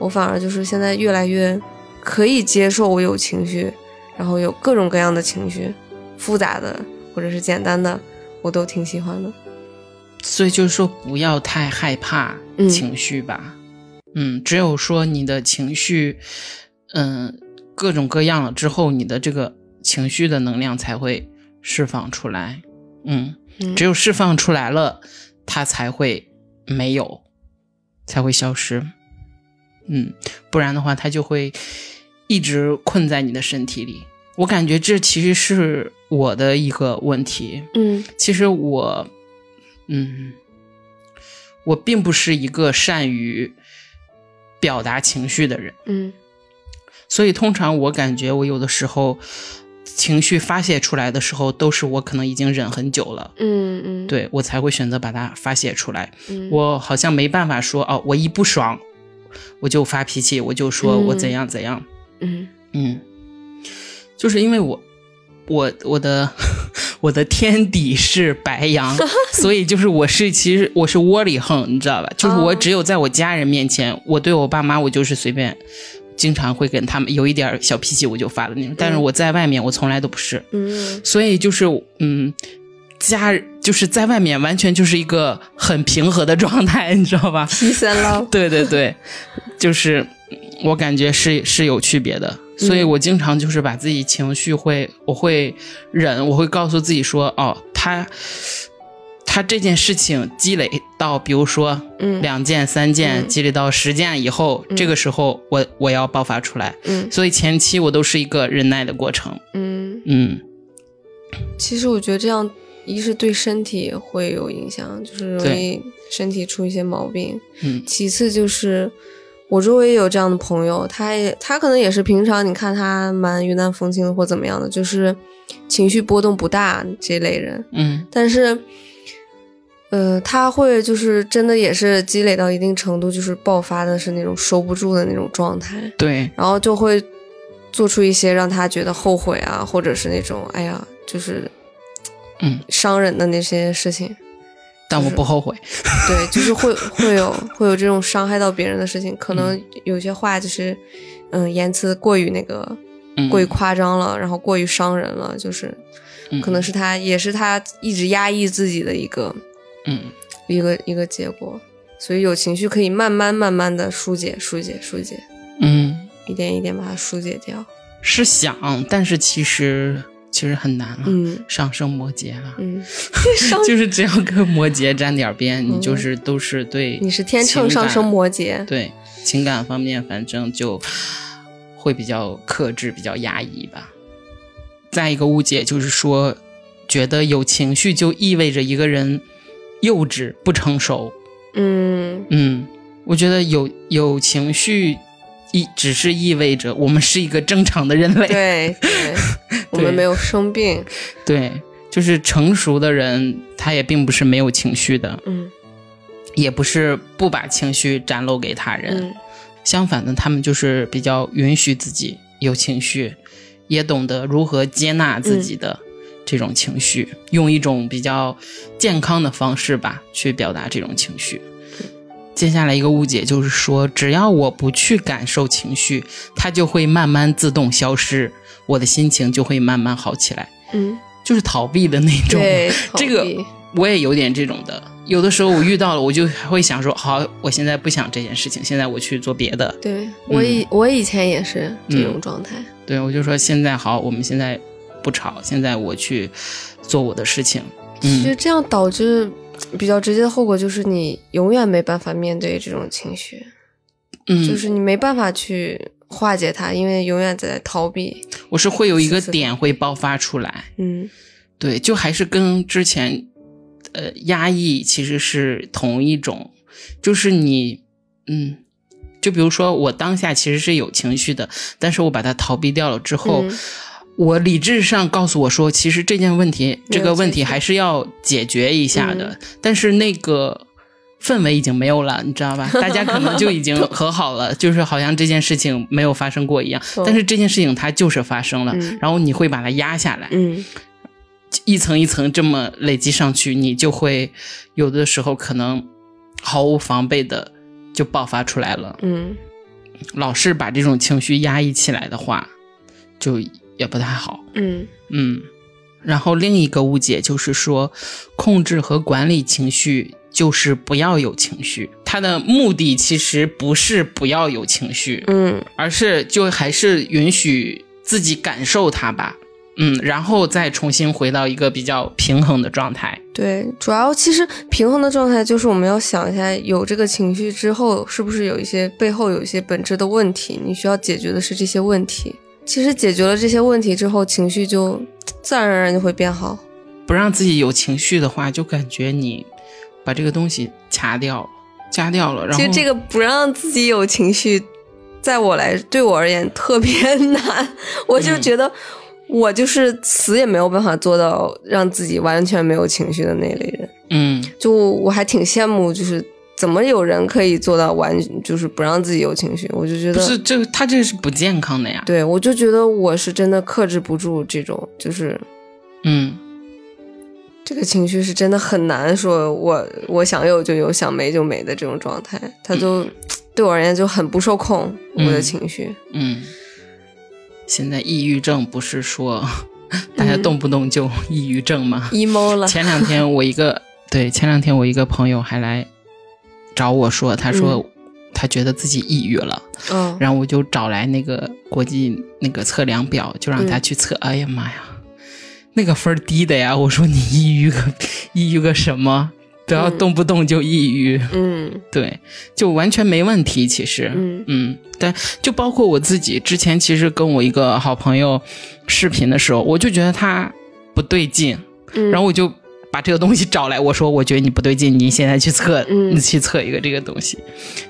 Speaker 1: 我反而就是现在越来越可以接受我有情绪，然后有各种各样的情绪，复杂的或者是简单的，我都挺喜欢的。
Speaker 2: 所以就是说，不要太害怕
Speaker 1: 嗯
Speaker 2: 情绪吧。嗯只有说你的情绪，嗯、各种各样了之后，你的这个情绪的能量才会释放出来。嗯，
Speaker 1: 嗯
Speaker 2: 只有释放出来了，它才会没有，才会消失。嗯，不然的话，它就会一直困在你的身体里。我感觉这其实是我的一个问题。
Speaker 1: 嗯
Speaker 2: 其实我，嗯，我并不是一个善于表达情绪的人，
Speaker 1: 嗯
Speaker 2: 所以通常我感觉我有的时候情绪发泄出来的时候，都是我可能已经忍很久了，
Speaker 1: 嗯嗯，，
Speaker 2: 对我才会选择把它发泄出来。
Speaker 1: 嗯、
Speaker 2: 我好像没办法说哦，我一不爽我就发脾气，我就说我怎样怎样，
Speaker 1: 嗯
Speaker 2: 嗯，就是因为我我我的我的天敌是白 羊，所以就是我是其实我是窝里横，你知道吧？就是我
Speaker 1: 哦
Speaker 2: 只有在我家人面前，我对我爸妈我就是随便，经常会跟他们有一点儿小脾气我就发的那种，但是
Speaker 1: 嗯
Speaker 2: 我在外面我从来都不是，
Speaker 1: 嗯
Speaker 2: 所以就是嗯。家就是在外面完全就是一个很平和的状态，你知道 吧？
Speaker 1: ，peace and love，
Speaker 2: 对对对，就是嗯我感觉是是有区别的，所以我经常就是把自己情绪会，我会忍，我会告诉自己说，哦，他他这件事情积累到，比如说
Speaker 1: 嗯
Speaker 2: 两件、三件，
Speaker 1: 嗯
Speaker 2: 积累到十件以后，这个时候我我要爆发出来，
Speaker 1: 嗯
Speaker 2: 所以前期我都是一个忍耐的过程，
Speaker 1: 嗯，
Speaker 2: 嗯，
Speaker 1: 其实我觉得这样，一是对身体会有影响，就是容易身体出一些毛病，
Speaker 2: 嗯
Speaker 1: 其次就是。我周围也有这样的朋友，他也他可能也是平常你看他蛮云淡风轻的或怎么样的，就是情绪波动不大这类人，
Speaker 2: 嗯
Speaker 1: 但是，呃，他会就是真的也是积累到一定程度，就是爆发的是那种收不住的那种状态。
Speaker 2: 对，
Speaker 1: 然后就会做出一些让他觉得后悔啊，或者是那种哎呀，就是
Speaker 2: 嗯
Speaker 1: 伤人的那些事情。
Speaker 2: 但我不后悔，
Speaker 1: 对，就是 会会有会有这种伤害到别人的事情，可
Speaker 2: 嗯
Speaker 1: 能有些话就是嗯言辞过于那个
Speaker 2: 嗯，
Speaker 1: 过于夸张了，然后过于伤人了，就是
Speaker 2: 嗯
Speaker 1: 可能是他也是他一直压抑自己的一个
Speaker 2: 嗯，
Speaker 1: 一个一个结果。所以有情绪可以慢慢慢慢的疏解、疏解、疏解，
Speaker 2: 嗯。
Speaker 1: 一点一点把它疏解掉。
Speaker 2: 是想，但是其实其实很难了，
Speaker 1: 嗯
Speaker 2: 上升摩羯了，
Speaker 1: 嗯，
Speaker 2: 就是只要跟摩羯沾点边，你就是都是对
Speaker 1: 嗯你是天秤上升摩羯，
Speaker 2: 对情感方面，反正就会比较克制，比较压抑吧。再一个误解就是说，觉得有情绪就意味着一个人幼稚不成熟。
Speaker 1: 嗯
Speaker 2: 嗯，我觉得有有情绪意只是意味着我们是一个正常的人，类。
Speaker 1: 对对，我们没有生病，
Speaker 2: 对，就是成熟的人，他也并不是没有情绪的，
Speaker 1: 嗯
Speaker 2: 也不是不把情绪展露给他人。
Speaker 1: 嗯
Speaker 2: 相反的，他们就是比较允许自己有情绪，也懂得如何接纳自己的这种情绪，用一种比较健康的方式吧去表达这种情绪。接下来一个误解就是说，只要我不去感受情绪，它就会慢慢自动消失，我的心情就会慢慢好起来，
Speaker 1: 嗯，
Speaker 2: 就是逃避的那种。
Speaker 1: 对，
Speaker 2: 这个
Speaker 1: 逃避
Speaker 2: 我也有点这种的，有的时候我遇到了，我就会想说，好，我现在不想这件事情，现在我去做别的。
Speaker 1: 对我以、我以前也是
Speaker 2: 嗯
Speaker 1: 这种状态，
Speaker 2: 对，我就说现在好，我们现在不吵，现在我去做我的事情。
Speaker 1: 其
Speaker 2: 嗯，
Speaker 1: 实这样导致比较直接的后果就是你永远没办法面对这种情绪，
Speaker 2: 嗯
Speaker 1: 就是你没办法去化解它，因为永远在逃避。
Speaker 2: 我是会有一个
Speaker 1: 是是
Speaker 2: 点会爆发出来。
Speaker 1: 嗯，
Speaker 2: 对，就还是跟之前，呃，压抑其实是同一种，就是你，嗯，就比如说我当下其实是有情绪的，但是我把它逃避掉了之后，
Speaker 1: 嗯
Speaker 2: 我理智上告诉我说，其实这件问题，
Speaker 1: 没有
Speaker 2: 这个问
Speaker 1: 解
Speaker 2: 题
Speaker 1: 决嗯
Speaker 2: 还是要解决一下的，但是那个。氛围已经没有了，你知道吧？大家可能就 已经和好了，就是好像这件事情没有发生过一样。
Speaker 1: 懂
Speaker 2: 但是这件事情它就是发生了，
Speaker 1: 嗯
Speaker 2: 然后你会把它压下来。
Speaker 1: 嗯，
Speaker 2: 一层一层这么累积上去，你就会有的时候可能毫无防备的就爆发出来了。
Speaker 1: 嗯，
Speaker 2: 老是把这种情绪压抑起来的话，就也不太好。
Speaker 1: 嗯，
Speaker 2: 嗯，然后另一个误解就是说，控制和管理情绪就是不要有情绪，它的目的其实不是不要有情绪，
Speaker 1: 嗯，
Speaker 2: 而是就还是允许自己感受它吧，嗯，然后再重新回到一个比较平衡的状态。
Speaker 1: 对，主要其实平衡的状态就是我们要想一下，有这个情绪之后，是不是有一些背后有一些本质的问题，你需要解决的是这些问题。其实解决了这些问题之后，情绪就自然而然就会变好。
Speaker 2: 不让自己有情绪的话，就感觉你把这个东西掐掉了，掐掉了，然后
Speaker 1: 其实这个不让自己有情绪，在我来对我而言特别 难，我就
Speaker 2: 嗯
Speaker 1: 觉得我就是死也没有办法做到让自己完全没有情绪的那类人。
Speaker 2: 嗯
Speaker 1: 就我还挺羡慕，就是怎么有人可以做到完，就是不让自己有情绪，我就觉
Speaker 2: 不是
Speaker 1: 得。
Speaker 2: 这他这是不健康的呀，
Speaker 1: 对，我就觉得我是真的克制不住这种，就是
Speaker 2: 嗯。
Speaker 1: 这个情绪是真的很难说我，我想有就有，想没就没的这种状态，它就、对我而言就很不受控，我的
Speaker 2: 嗯
Speaker 1: 情绪。
Speaker 2: 嗯，现在抑郁症不是说 大
Speaker 1: 嗯
Speaker 2: 家动不动就抑郁症吗？
Speaker 1: emo 了。
Speaker 2: 前两天我一个对，前两天我一个朋友还来找我说，他说他觉得自己抑郁了，
Speaker 1: 嗯，
Speaker 2: 然后我就找来那个国际那个测量表，就让他去测。哎呀妈呀，
Speaker 1: 嗯
Speaker 2: 那个分儿低的呀！我说你抑郁个 抑郁个什么？不要
Speaker 1: 嗯
Speaker 2: 动不动就抑郁。
Speaker 1: 嗯
Speaker 2: 对，就完全没问题。其实，
Speaker 1: 嗯
Speaker 2: 但就包括我自己之前，其实跟我一个好朋友视频的时候，我就觉得他不对劲，
Speaker 1: 嗯，
Speaker 2: 然后我就把这个东西找来，我说我觉得你不对劲，你现在去测，
Speaker 1: 嗯
Speaker 2: 你去测一个这个东西，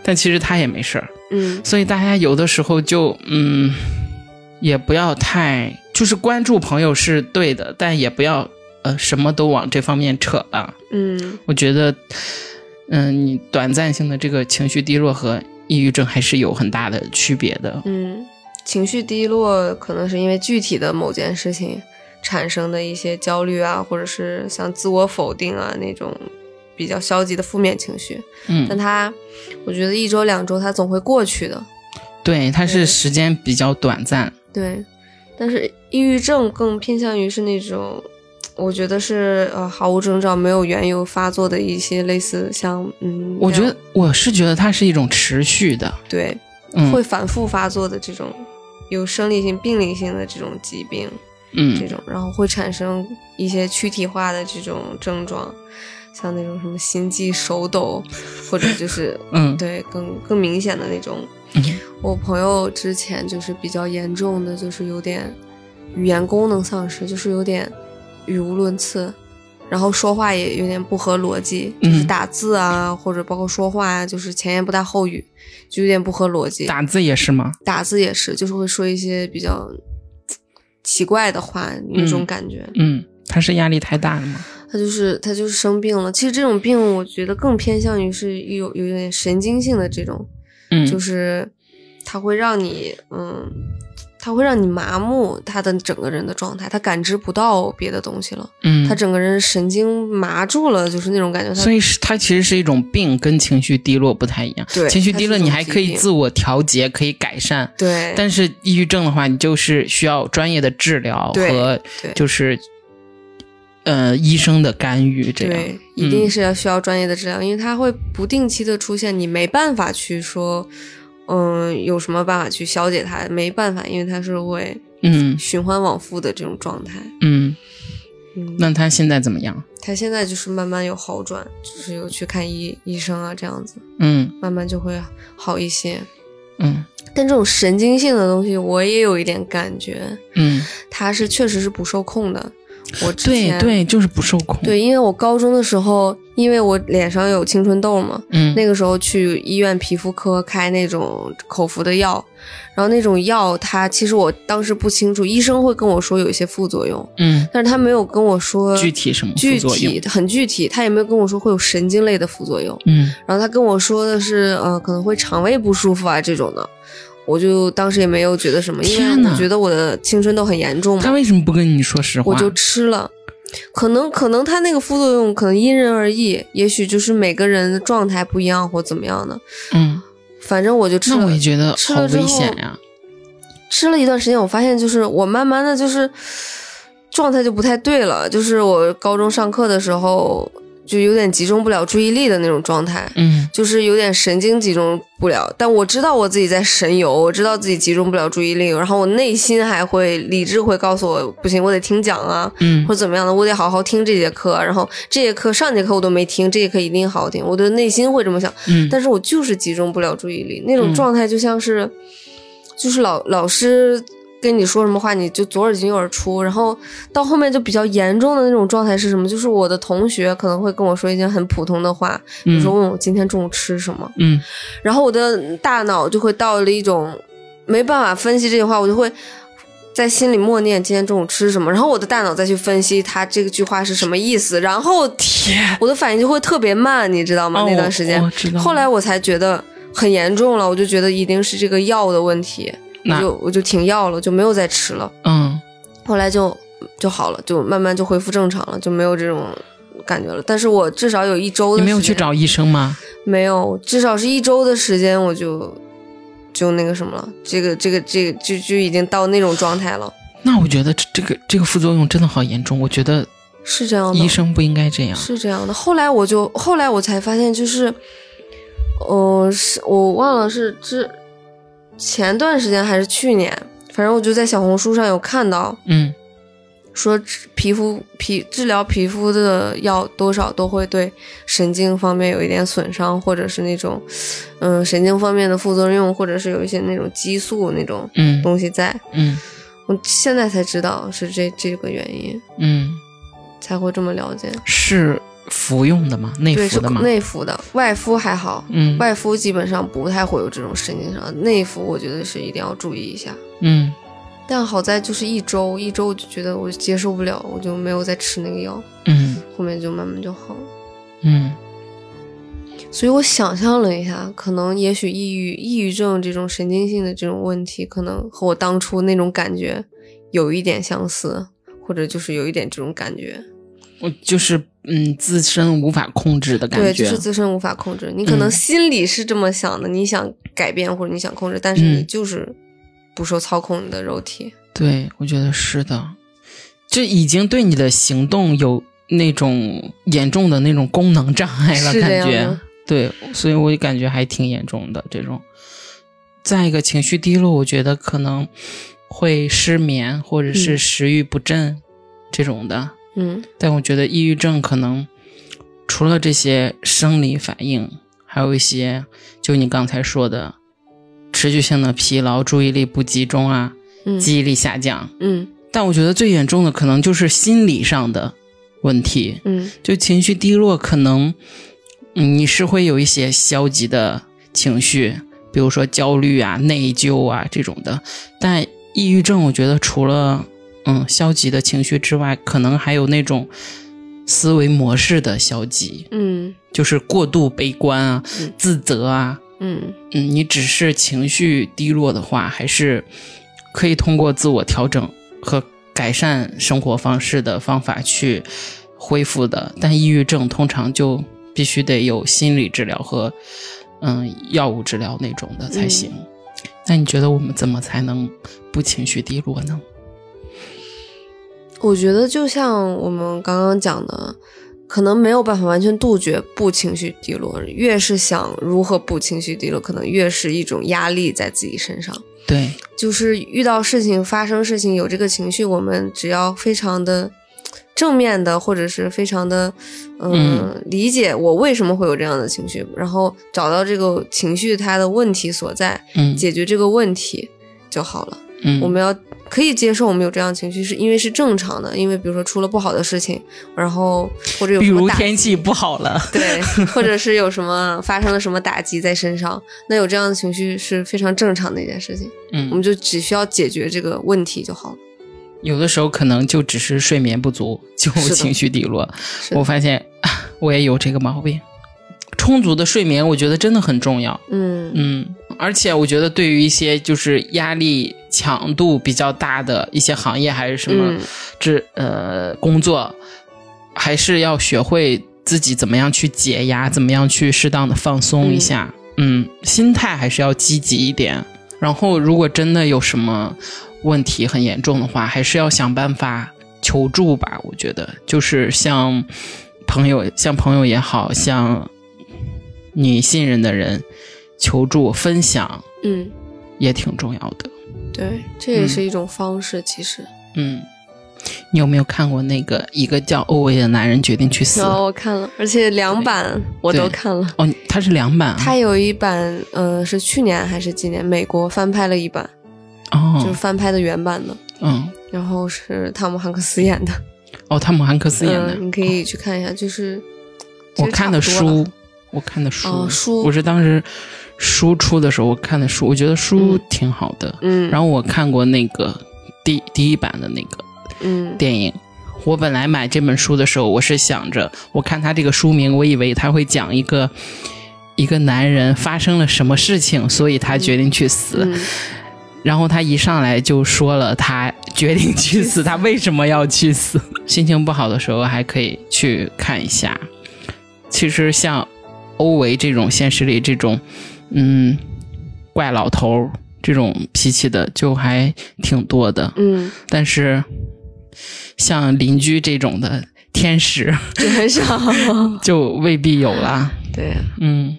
Speaker 2: 但其实他也没事儿。
Speaker 1: 嗯
Speaker 2: 所以大家有的时候就嗯，也不要太就是关注朋友是对的，但也不要呃什么都往这方面扯啊。
Speaker 1: 嗯
Speaker 2: 我觉得，嗯，你短暂性的这个情绪低落和抑郁症还是有很大的区别的。
Speaker 1: 嗯，情绪低落可能是因为具体的某件事情产生的一些焦虑啊，或者是像自我否定啊那种比较消极的负面情绪，但
Speaker 2: 嗯，
Speaker 1: 它，我觉得一周两周它总会过去的。
Speaker 2: 对，它
Speaker 1: 对
Speaker 2: 是时间比较短暂。
Speaker 1: 对，但是抑郁症更偏向于是那种，我觉得是呃毫无征兆、没有缘由发作的一些类似像嗯，
Speaker 2: 我觉
Speaker 1: 这
Speaker 2: 得
Speaker 1: 样
Speaker 2: 我是觉得它是一种持续的，
Speaker 1: 对会
Speaker 2: 嗯
Speaker 1: 反复发作的这种有生理性、病理性的这种疾病，这
Speaker 2: 嗯，
Speaker 1: 种，然后会产生一些躯体化的这种症状，像那种什么心悸、手抖，或者 就是
Speaker 2: 嗯
Speaker 1: 对更更明显的那种
Speaker 2: 嗯。
Speaker 1: 我朋友之前就是比较严重的，就是有点语言功能丧失，就是有点语无伦次。然后说话也有点不合逻辑，就是
Speaker 2: 嗯
Speaker 1: 打字啊，或者包括说话啊，就是前言不搭后语，就有点不合逻辑。
Speaker 2: 打字也是吗？
Speaker 1: 打字也是，就是会说一些比较嘖奇怪的话，那种感觉。
Speaker 2: 嗯，它是压力太大了吗？
Speaker 1: 他就是他就是生病了。其实这种病，我觉得更偏向于是有有点神经性的这种，
Speaker 2: 嗯，
Speaker 1: 就是是它会让你嗯它会让你麻木他的整个人的状态，他感知不到别的东西了，
Speaker 2: 嗯
Speaker 1: 他，整个人神经麻住了，就是那种感觉。他
Speaker 2: 所以是它其实是一种病，跟情绪低落不太一样。
Speaker 1: 对
Speaker 2: 情绪
Speaker 1: 它
Speaker 2: 低
Speaker 1: 是
Speaker 2: 落
Speaker 1: 一种
Speaker 2: 你还
Speaker 1: 疾
Speaker 2: 可以
Speaker 1: 病
Speaker 2: 自我调节，可以改善。
Speaker 1: 对，
Speaker 2: 但是抑郁症的话，你就是需要专业的治疗
Speaker 1: 对
Speaker 2: 和
Speaker 1: 对
Speaker 2: 就是，呃，医生的干预，这样
Speaker 1: 对，一定
Speaker 2: 嗯
Speaker 1: 是要需要专业的治疗，因为它会不定期的出现，你没办法去说，嗯，有什么办法去消解它，没办法，因为它是会
Speaker 2: 嗯
Speaker 1: 循环往复的这种状态。
Speaker 2: 嗯。
Speaker 1: 嗯，
Speaker 2: 那他现在怎么样？
Speaker 1: 他现在就是慢慢有好转，就是有去看医医生啊，这样子
Speaker 2: 嗯
Speaker 1: 慢慢就会好一些。
Speaker 2: 嗯
Speaker 1: 但这种神经性的东西，我也有一点感觉，
Speaker 2: 嗯，
Speaker 1: 它是确实是不受控的。我之
Speaker 2: 对
Speaker 1: 前
Speaker 2: 对，就是不受控。，
Speaker 1: 对，因为我高中的时候，因为我脸上有青春痘嘛，
Speaker 2: 嗯，
Speaker 1: 那个时候去医院皮肤科开那种口服的药，然后那种药它其实我当时不清楚，医生会跟我说有一些副作用，
Speaker 2: 嗯，
Speaker 1: 但是他没有跟我说
Speaker 2: 具体什么副
Speaker 1: 具
Speaker 2: 作用
Speaker 1: 体很具体，他也没有跟我说会有神经类的副作用，
Speaker 2: 嗯
Speaker 1: 然后他跟我说的是呃可能会肠胃不舒服啊这种的。我就当时也没有觉得什么，因
Speaker 2: 天
Speaker 1: 为
Speaker 2: 哪
Speaker 1: 我觉得我的青春痘很严重嘛，
Speaker 2: 他为什么不跟你说实话？
Speaker 1: 我就吃了。可能可能它那个副作用可能因人而异，也许就是每个人的状态不一样或怎么样的。
Speaker 2: 嗯，
Speaker 1: 反正我就吃
Speaker 2: 那
Speaker 1: 了
Speaker 2: 我也，觉得
Speaker 1: 吃
Speaker 2: 好
Speaker 1: 了之
Speaker 2: 危
Speaker 1: 后
Speaker 2: 险呀、
Speaker 1: 吃了一段时间，我发现就是我慢慢的就是状态就不太对了，就是我高中上课的时候就有点集中不了注意力的那种状态。
Speaker 2: 嗯
Speaker 1: 就是有点神经集中不了，但我知道我自己在神游，我知道自己集中不了注意力，然后我内心还会理智会告诉我不行，我得听讲啊，
Speaker 2: 嗯
Speaker 1: 或者怎么样的，我得好好听这节课。然后这节课上节课我都没听，这节课一定好好听。我的内心会这么想，
Speaker 2: 嗯，
Speaker 1: 但是我就是集中不了注意力，那种
Speaker 2: 嗯
Speaker 1: 状态就像是，就是老老师跟你说什么话，你就左耳进右耳出。然后到后面就比较严重的那种状态是什么？就是我的同学可能会跟我说一些很普通的话，比如说问我今天中午吃什么，
Speaker 2: 嗯
Speaker 1: 然后我的大脑就会到了一种没办法分析这句话，我就会在心里默念今天中午吃什么，然后我的大脑再去分析它这个句话是什么意思，然后
Speaker 2: 天
Speaker 1: 我的反应就会特别慢，你知道吗？
Speaker 2: 哦
Speaker 1: 那段时间
Speaker 2: 我知道，
Speaker 1: 后来我才觉得很严重了，我就觉得一定是这个药的问题，我
Speaker 2: 那
Speaker 1: 就我就停药了，就没有再吃了，
Speaker 2: 嗯
Speaker 1: 后来就就好了，就慢慢就恢复正常了，就没有这种。感觉了，但是我至少有一周的
Speaker 2: 你没有
Speaker 1: 时
Speaker 2: 去
Speaker 1: 间
Speaker 2: 找医生吗？
Speaker 1: 没有，至少是一周的时间，我就就那个什么了，这个这个这个就就已经到那种状态了，
Speaker 2: 那我觉得这这个这个副作用真的好严重，我觉得
Speaker 1: 是这样的，
Speaker 2: 医生不应该这样。
Speaker 1: 是这样的。后来我就后来我才发现，就是，呃，是我忘了是之前段时间还是去年，反正我就在小红书上有看到
Speaker 2: 嗯
Speaker 1: 说治皮肤皮治疗皮肤的药多少都会对神经方面有一点损伤，或者是那种，嗯，神经方面的副作用，或者是有一些那种激素那种
Speaker 2: 嗯
Speaker 1: 东西在。
Speaker 2: 嗯
Speaker 1: 我现在才知道是这这个原因，
Speaker 2: 嗯，
Speaker 1: 才会这么了解。
Speaker 2: 是服用的吗？内
Speaker 1: 对，
Speaker 2: 服
Speaker 1: 是
Speaker 2: 的吗？
Speaker 1: 内服的，外敷还好，
Speaker 2: 嗯
Speaker 1: 外敷基本上不太会有这种神经上，内服我觉得是一定要注意一下。
Speaker 2: 嗯，
Speaker 1: 但好在就是一周，一周我就觉得我接受不了，我就没有再吃那个药，
Speaker 2: 嗯
Speaker 1: 后面就慢慢就好了。
Speaker 2: 嗯
Speaker 1: 所以我想象了一下，可能也许抑郁、抑郁症这种神经性的这种问题，可能和我当初那种感觉有一点相似，或者就是有一点这种感觉。
Speaker 2: 我就是嗯自身无法控制的感
Speaker 1: 对，就
Speaker 2: 觉。
Speaker 1: 是自身无法控制。你可能
Speaker 2: 嗯
Speaker 1: 心里是这么想的，你想改变或者你想控制，但是你
Speaker 2: 嗯
Speaker 1: 就是不受操控你的肉体。
Speaker 2: 对，我觉得是的，这已经对你的行动有那种严重的那种功能障碍了，
Speaker 1: 是这
Speaker 2: 感
Speaker 1: 样
Speaker 2: 觉
Speaker 1: 的。
Speaker 2: 对，所以我感觉还挺严重的这种。再一个，情绪低落，我觉得可能会失眠或者是
Speaker 1: 嗯
Speaker 2: 食欲不振、这种的。
Speaker 1: 嗯，
Speaker 2: 但我觉得抑郁症可能除了这些生理反应，还有一些就你刚才说的持续性的疲劳、注意力不集中啊、
Speaker 1: 嗯
Speaker 2: 记忆力下降。
Speaker 1: 嗯
Speaker 2: 但我觉得最严重的可能就是心理上的问题，
Speaker 1: 嗯
Speaker 2: 就情绪低落，可能嗯你是会有一些消极的情绪，比如说焦虑啊、内疚啊这种的。但抑郁症，我觉得除了嗯消极的情绪之外，可能还有那种思维模式的消极，
Speaker 1: 嗯
Speaker 2: 就是过度悲观啊、
Speaker 1: 嗯
Speaker 2: 自责啊，
Speaker 1: 嗯
Speaker 2: 嗯，你只是情绪低落的话，还是可以通过自我调整和改善生活方式的方法去恢复的。但抑郁症通常就必须得有心理治疗和嗯药物治疗那种的才
Speaker 1: 嗯
Speaker 2: 行。那你觉得我们怎么才能不情绪低落呢？
Speaker 1: 我觉得就像我们刚刚讲的，可能没有办法完全杜绝不情绪低落，越是想如何不情绪低落，可能越是一种压力在自己身上。
Speaker 2: 对，
Speaker 1: 就是遇到事情发生事情有这个情绪，我们只要非常的正面的，或者是非常的、嗯
Speaker 2: 嗯
Speaker 1: 理解我为什么会有这样的情绪，然后找到这个情绪它的问题所在，
Speaker 2: 嗯
Speaker 1: 解决这个问题就好了。
Speaker 2: 嗯，
Speaker 1: 我们要可以接受我们有这样情绪，是因为是正常的，因为比如说出了不好的事情，然后或者有
Speaker 2: 比
Speaker 1: 什么
Speaker 2: 如
Speaker 1: 打
Speaker 2: 天气不好了，
Speaker 1: 对， 或者是有什么发生了什么打击在身上，那有这样的情绪是非常正常的一件事情，我
Speaker 2: 嗯
Speaker 1: 们，就只需要解决这个问题就好了。
Speaker 2: 有的时候可能就只是睡眠不足，就是
Speaker 1: 的
Speaker 2: 情绪低落。
Speaker 1: 是
Speaker 2: 我
Speaker 1: 的，
Speaker 2: 发现 啊我也有这个毛病，充足的睡眠我觉得真的很重要。
Speaker 1: 嗯
Speaker 2: 嗯，而且我觉得对于一些就是压力强度比较大的一些行业还是什么
Speaker 1: 嗯
Speaker 2: 这、呃工作，还是要学会自己怎么样去解压，怎么样去适当的放松一下。嗯心态还是要积极一点。然后，如果真的有什么问题很严重的话，还是要想办法求助吧。我觉得就是像朋友，像朋友也好像你信任的人求助分享
Speaker 1: 嗯，
Speaker 2: 也挺重要的。
Speaker 1: 对，这也是一种方式，其实。
Speaker 2: 嗯，你有没有看过那个一个叫欧维的男人决定去死？
Speaker 1: 然哦后我看了，而且两版我都
Speaker 2: 嗯对
Speaker 1: 看了。
Speaker 2: 哦，他是两版啊，
Speaker 1: 它有一版，呃，是去年还是今年美国翻拍了一版，就是
Speaker 2: 哦，
Speaker 1: 翻拍的原版的。
Speaker 2: 嗯，
Speaker 1: 然后是汤姆汉克斯 演的，
Speaker 2: 哦，汤姆汉克斯演的，
Speaker 1: 嗯，你可以去看一下，就是
Speaker 2: 我看的，
Speaker 1: 其实差不多
Speaker 2: 书
Speaker 1: 了，
Speaker 2: 我看的书，
Speaker 1: 哦书
Speaker 2: 我是当时书出的时候我看的书，我觉得书
Speaker 1: 嗯
Speaker 2: 挺好的。
Speaker 1: 嗯，
Speaker 2: 然
Speaker 1: 后
Speaker 2: 后我看过那个第第一版的那个
Speaker 1: 嗯，
Speaker 2: 电影。我本来买这本书的时候，我是想着，我看他这个书名，我以为他会讲一个一个男人发生了什么事情，所以他决定去死。
Speaker 1: 嗯
Speaker 2: 然后他一上来就说了，他决定去 死，他为什么要去死？心情不好的时候还可以去看一下。其实像欧维这种现实里这种，嗯，怪老头儿这种脾气的，就还挺多的。
Speaker 1: 嗯，
Speaker 2: 但是像邻居这种的天使，
Speaker 1: 就很 少，
Speaker 2: 就未必有啦。
Speaker 1: 对
Speaker 2: 嗯，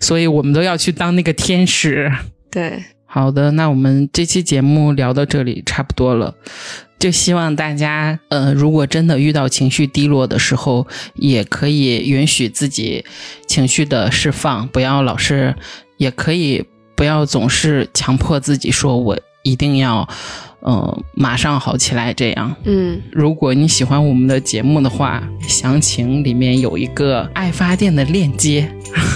Speaker 2: 所以我们都要去当那个天使。
Speaker 1: 对，
Speaker 2: 好的，那我们这期节目聊到这里差不多了，就希望大家，呃，如果真的遇到情绪低落的时候，也可以允许自己情绪的释放，不要老是，也可以不要总是强迫自己说我一定要，呃，马上好起来这样。
Speaker 1: 嗯，
Speaker 2: 如果你喜欢我们的节目的话，详情里面有一个爱发电的链接，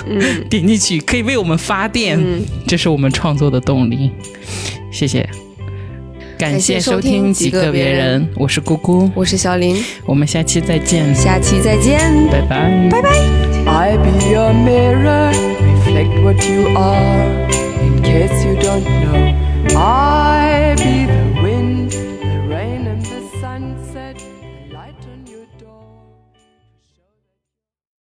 Speaker 1: 嗯
Speaker 2: 点进去可以为我们发电。
Speaker 1: 嗯，
Speaker 2: 这是我们创作的动力。谢谢，感谢收听几个别人，我是姑姑，
Speaker 1: 我是小林，
Speaker 2: 我们下期再见，
Speaker 1: 下期再见。
Speaker 2: 拜拜。
Speaker 3: I be your mirror, reflect what you are, in case you don't know. I be the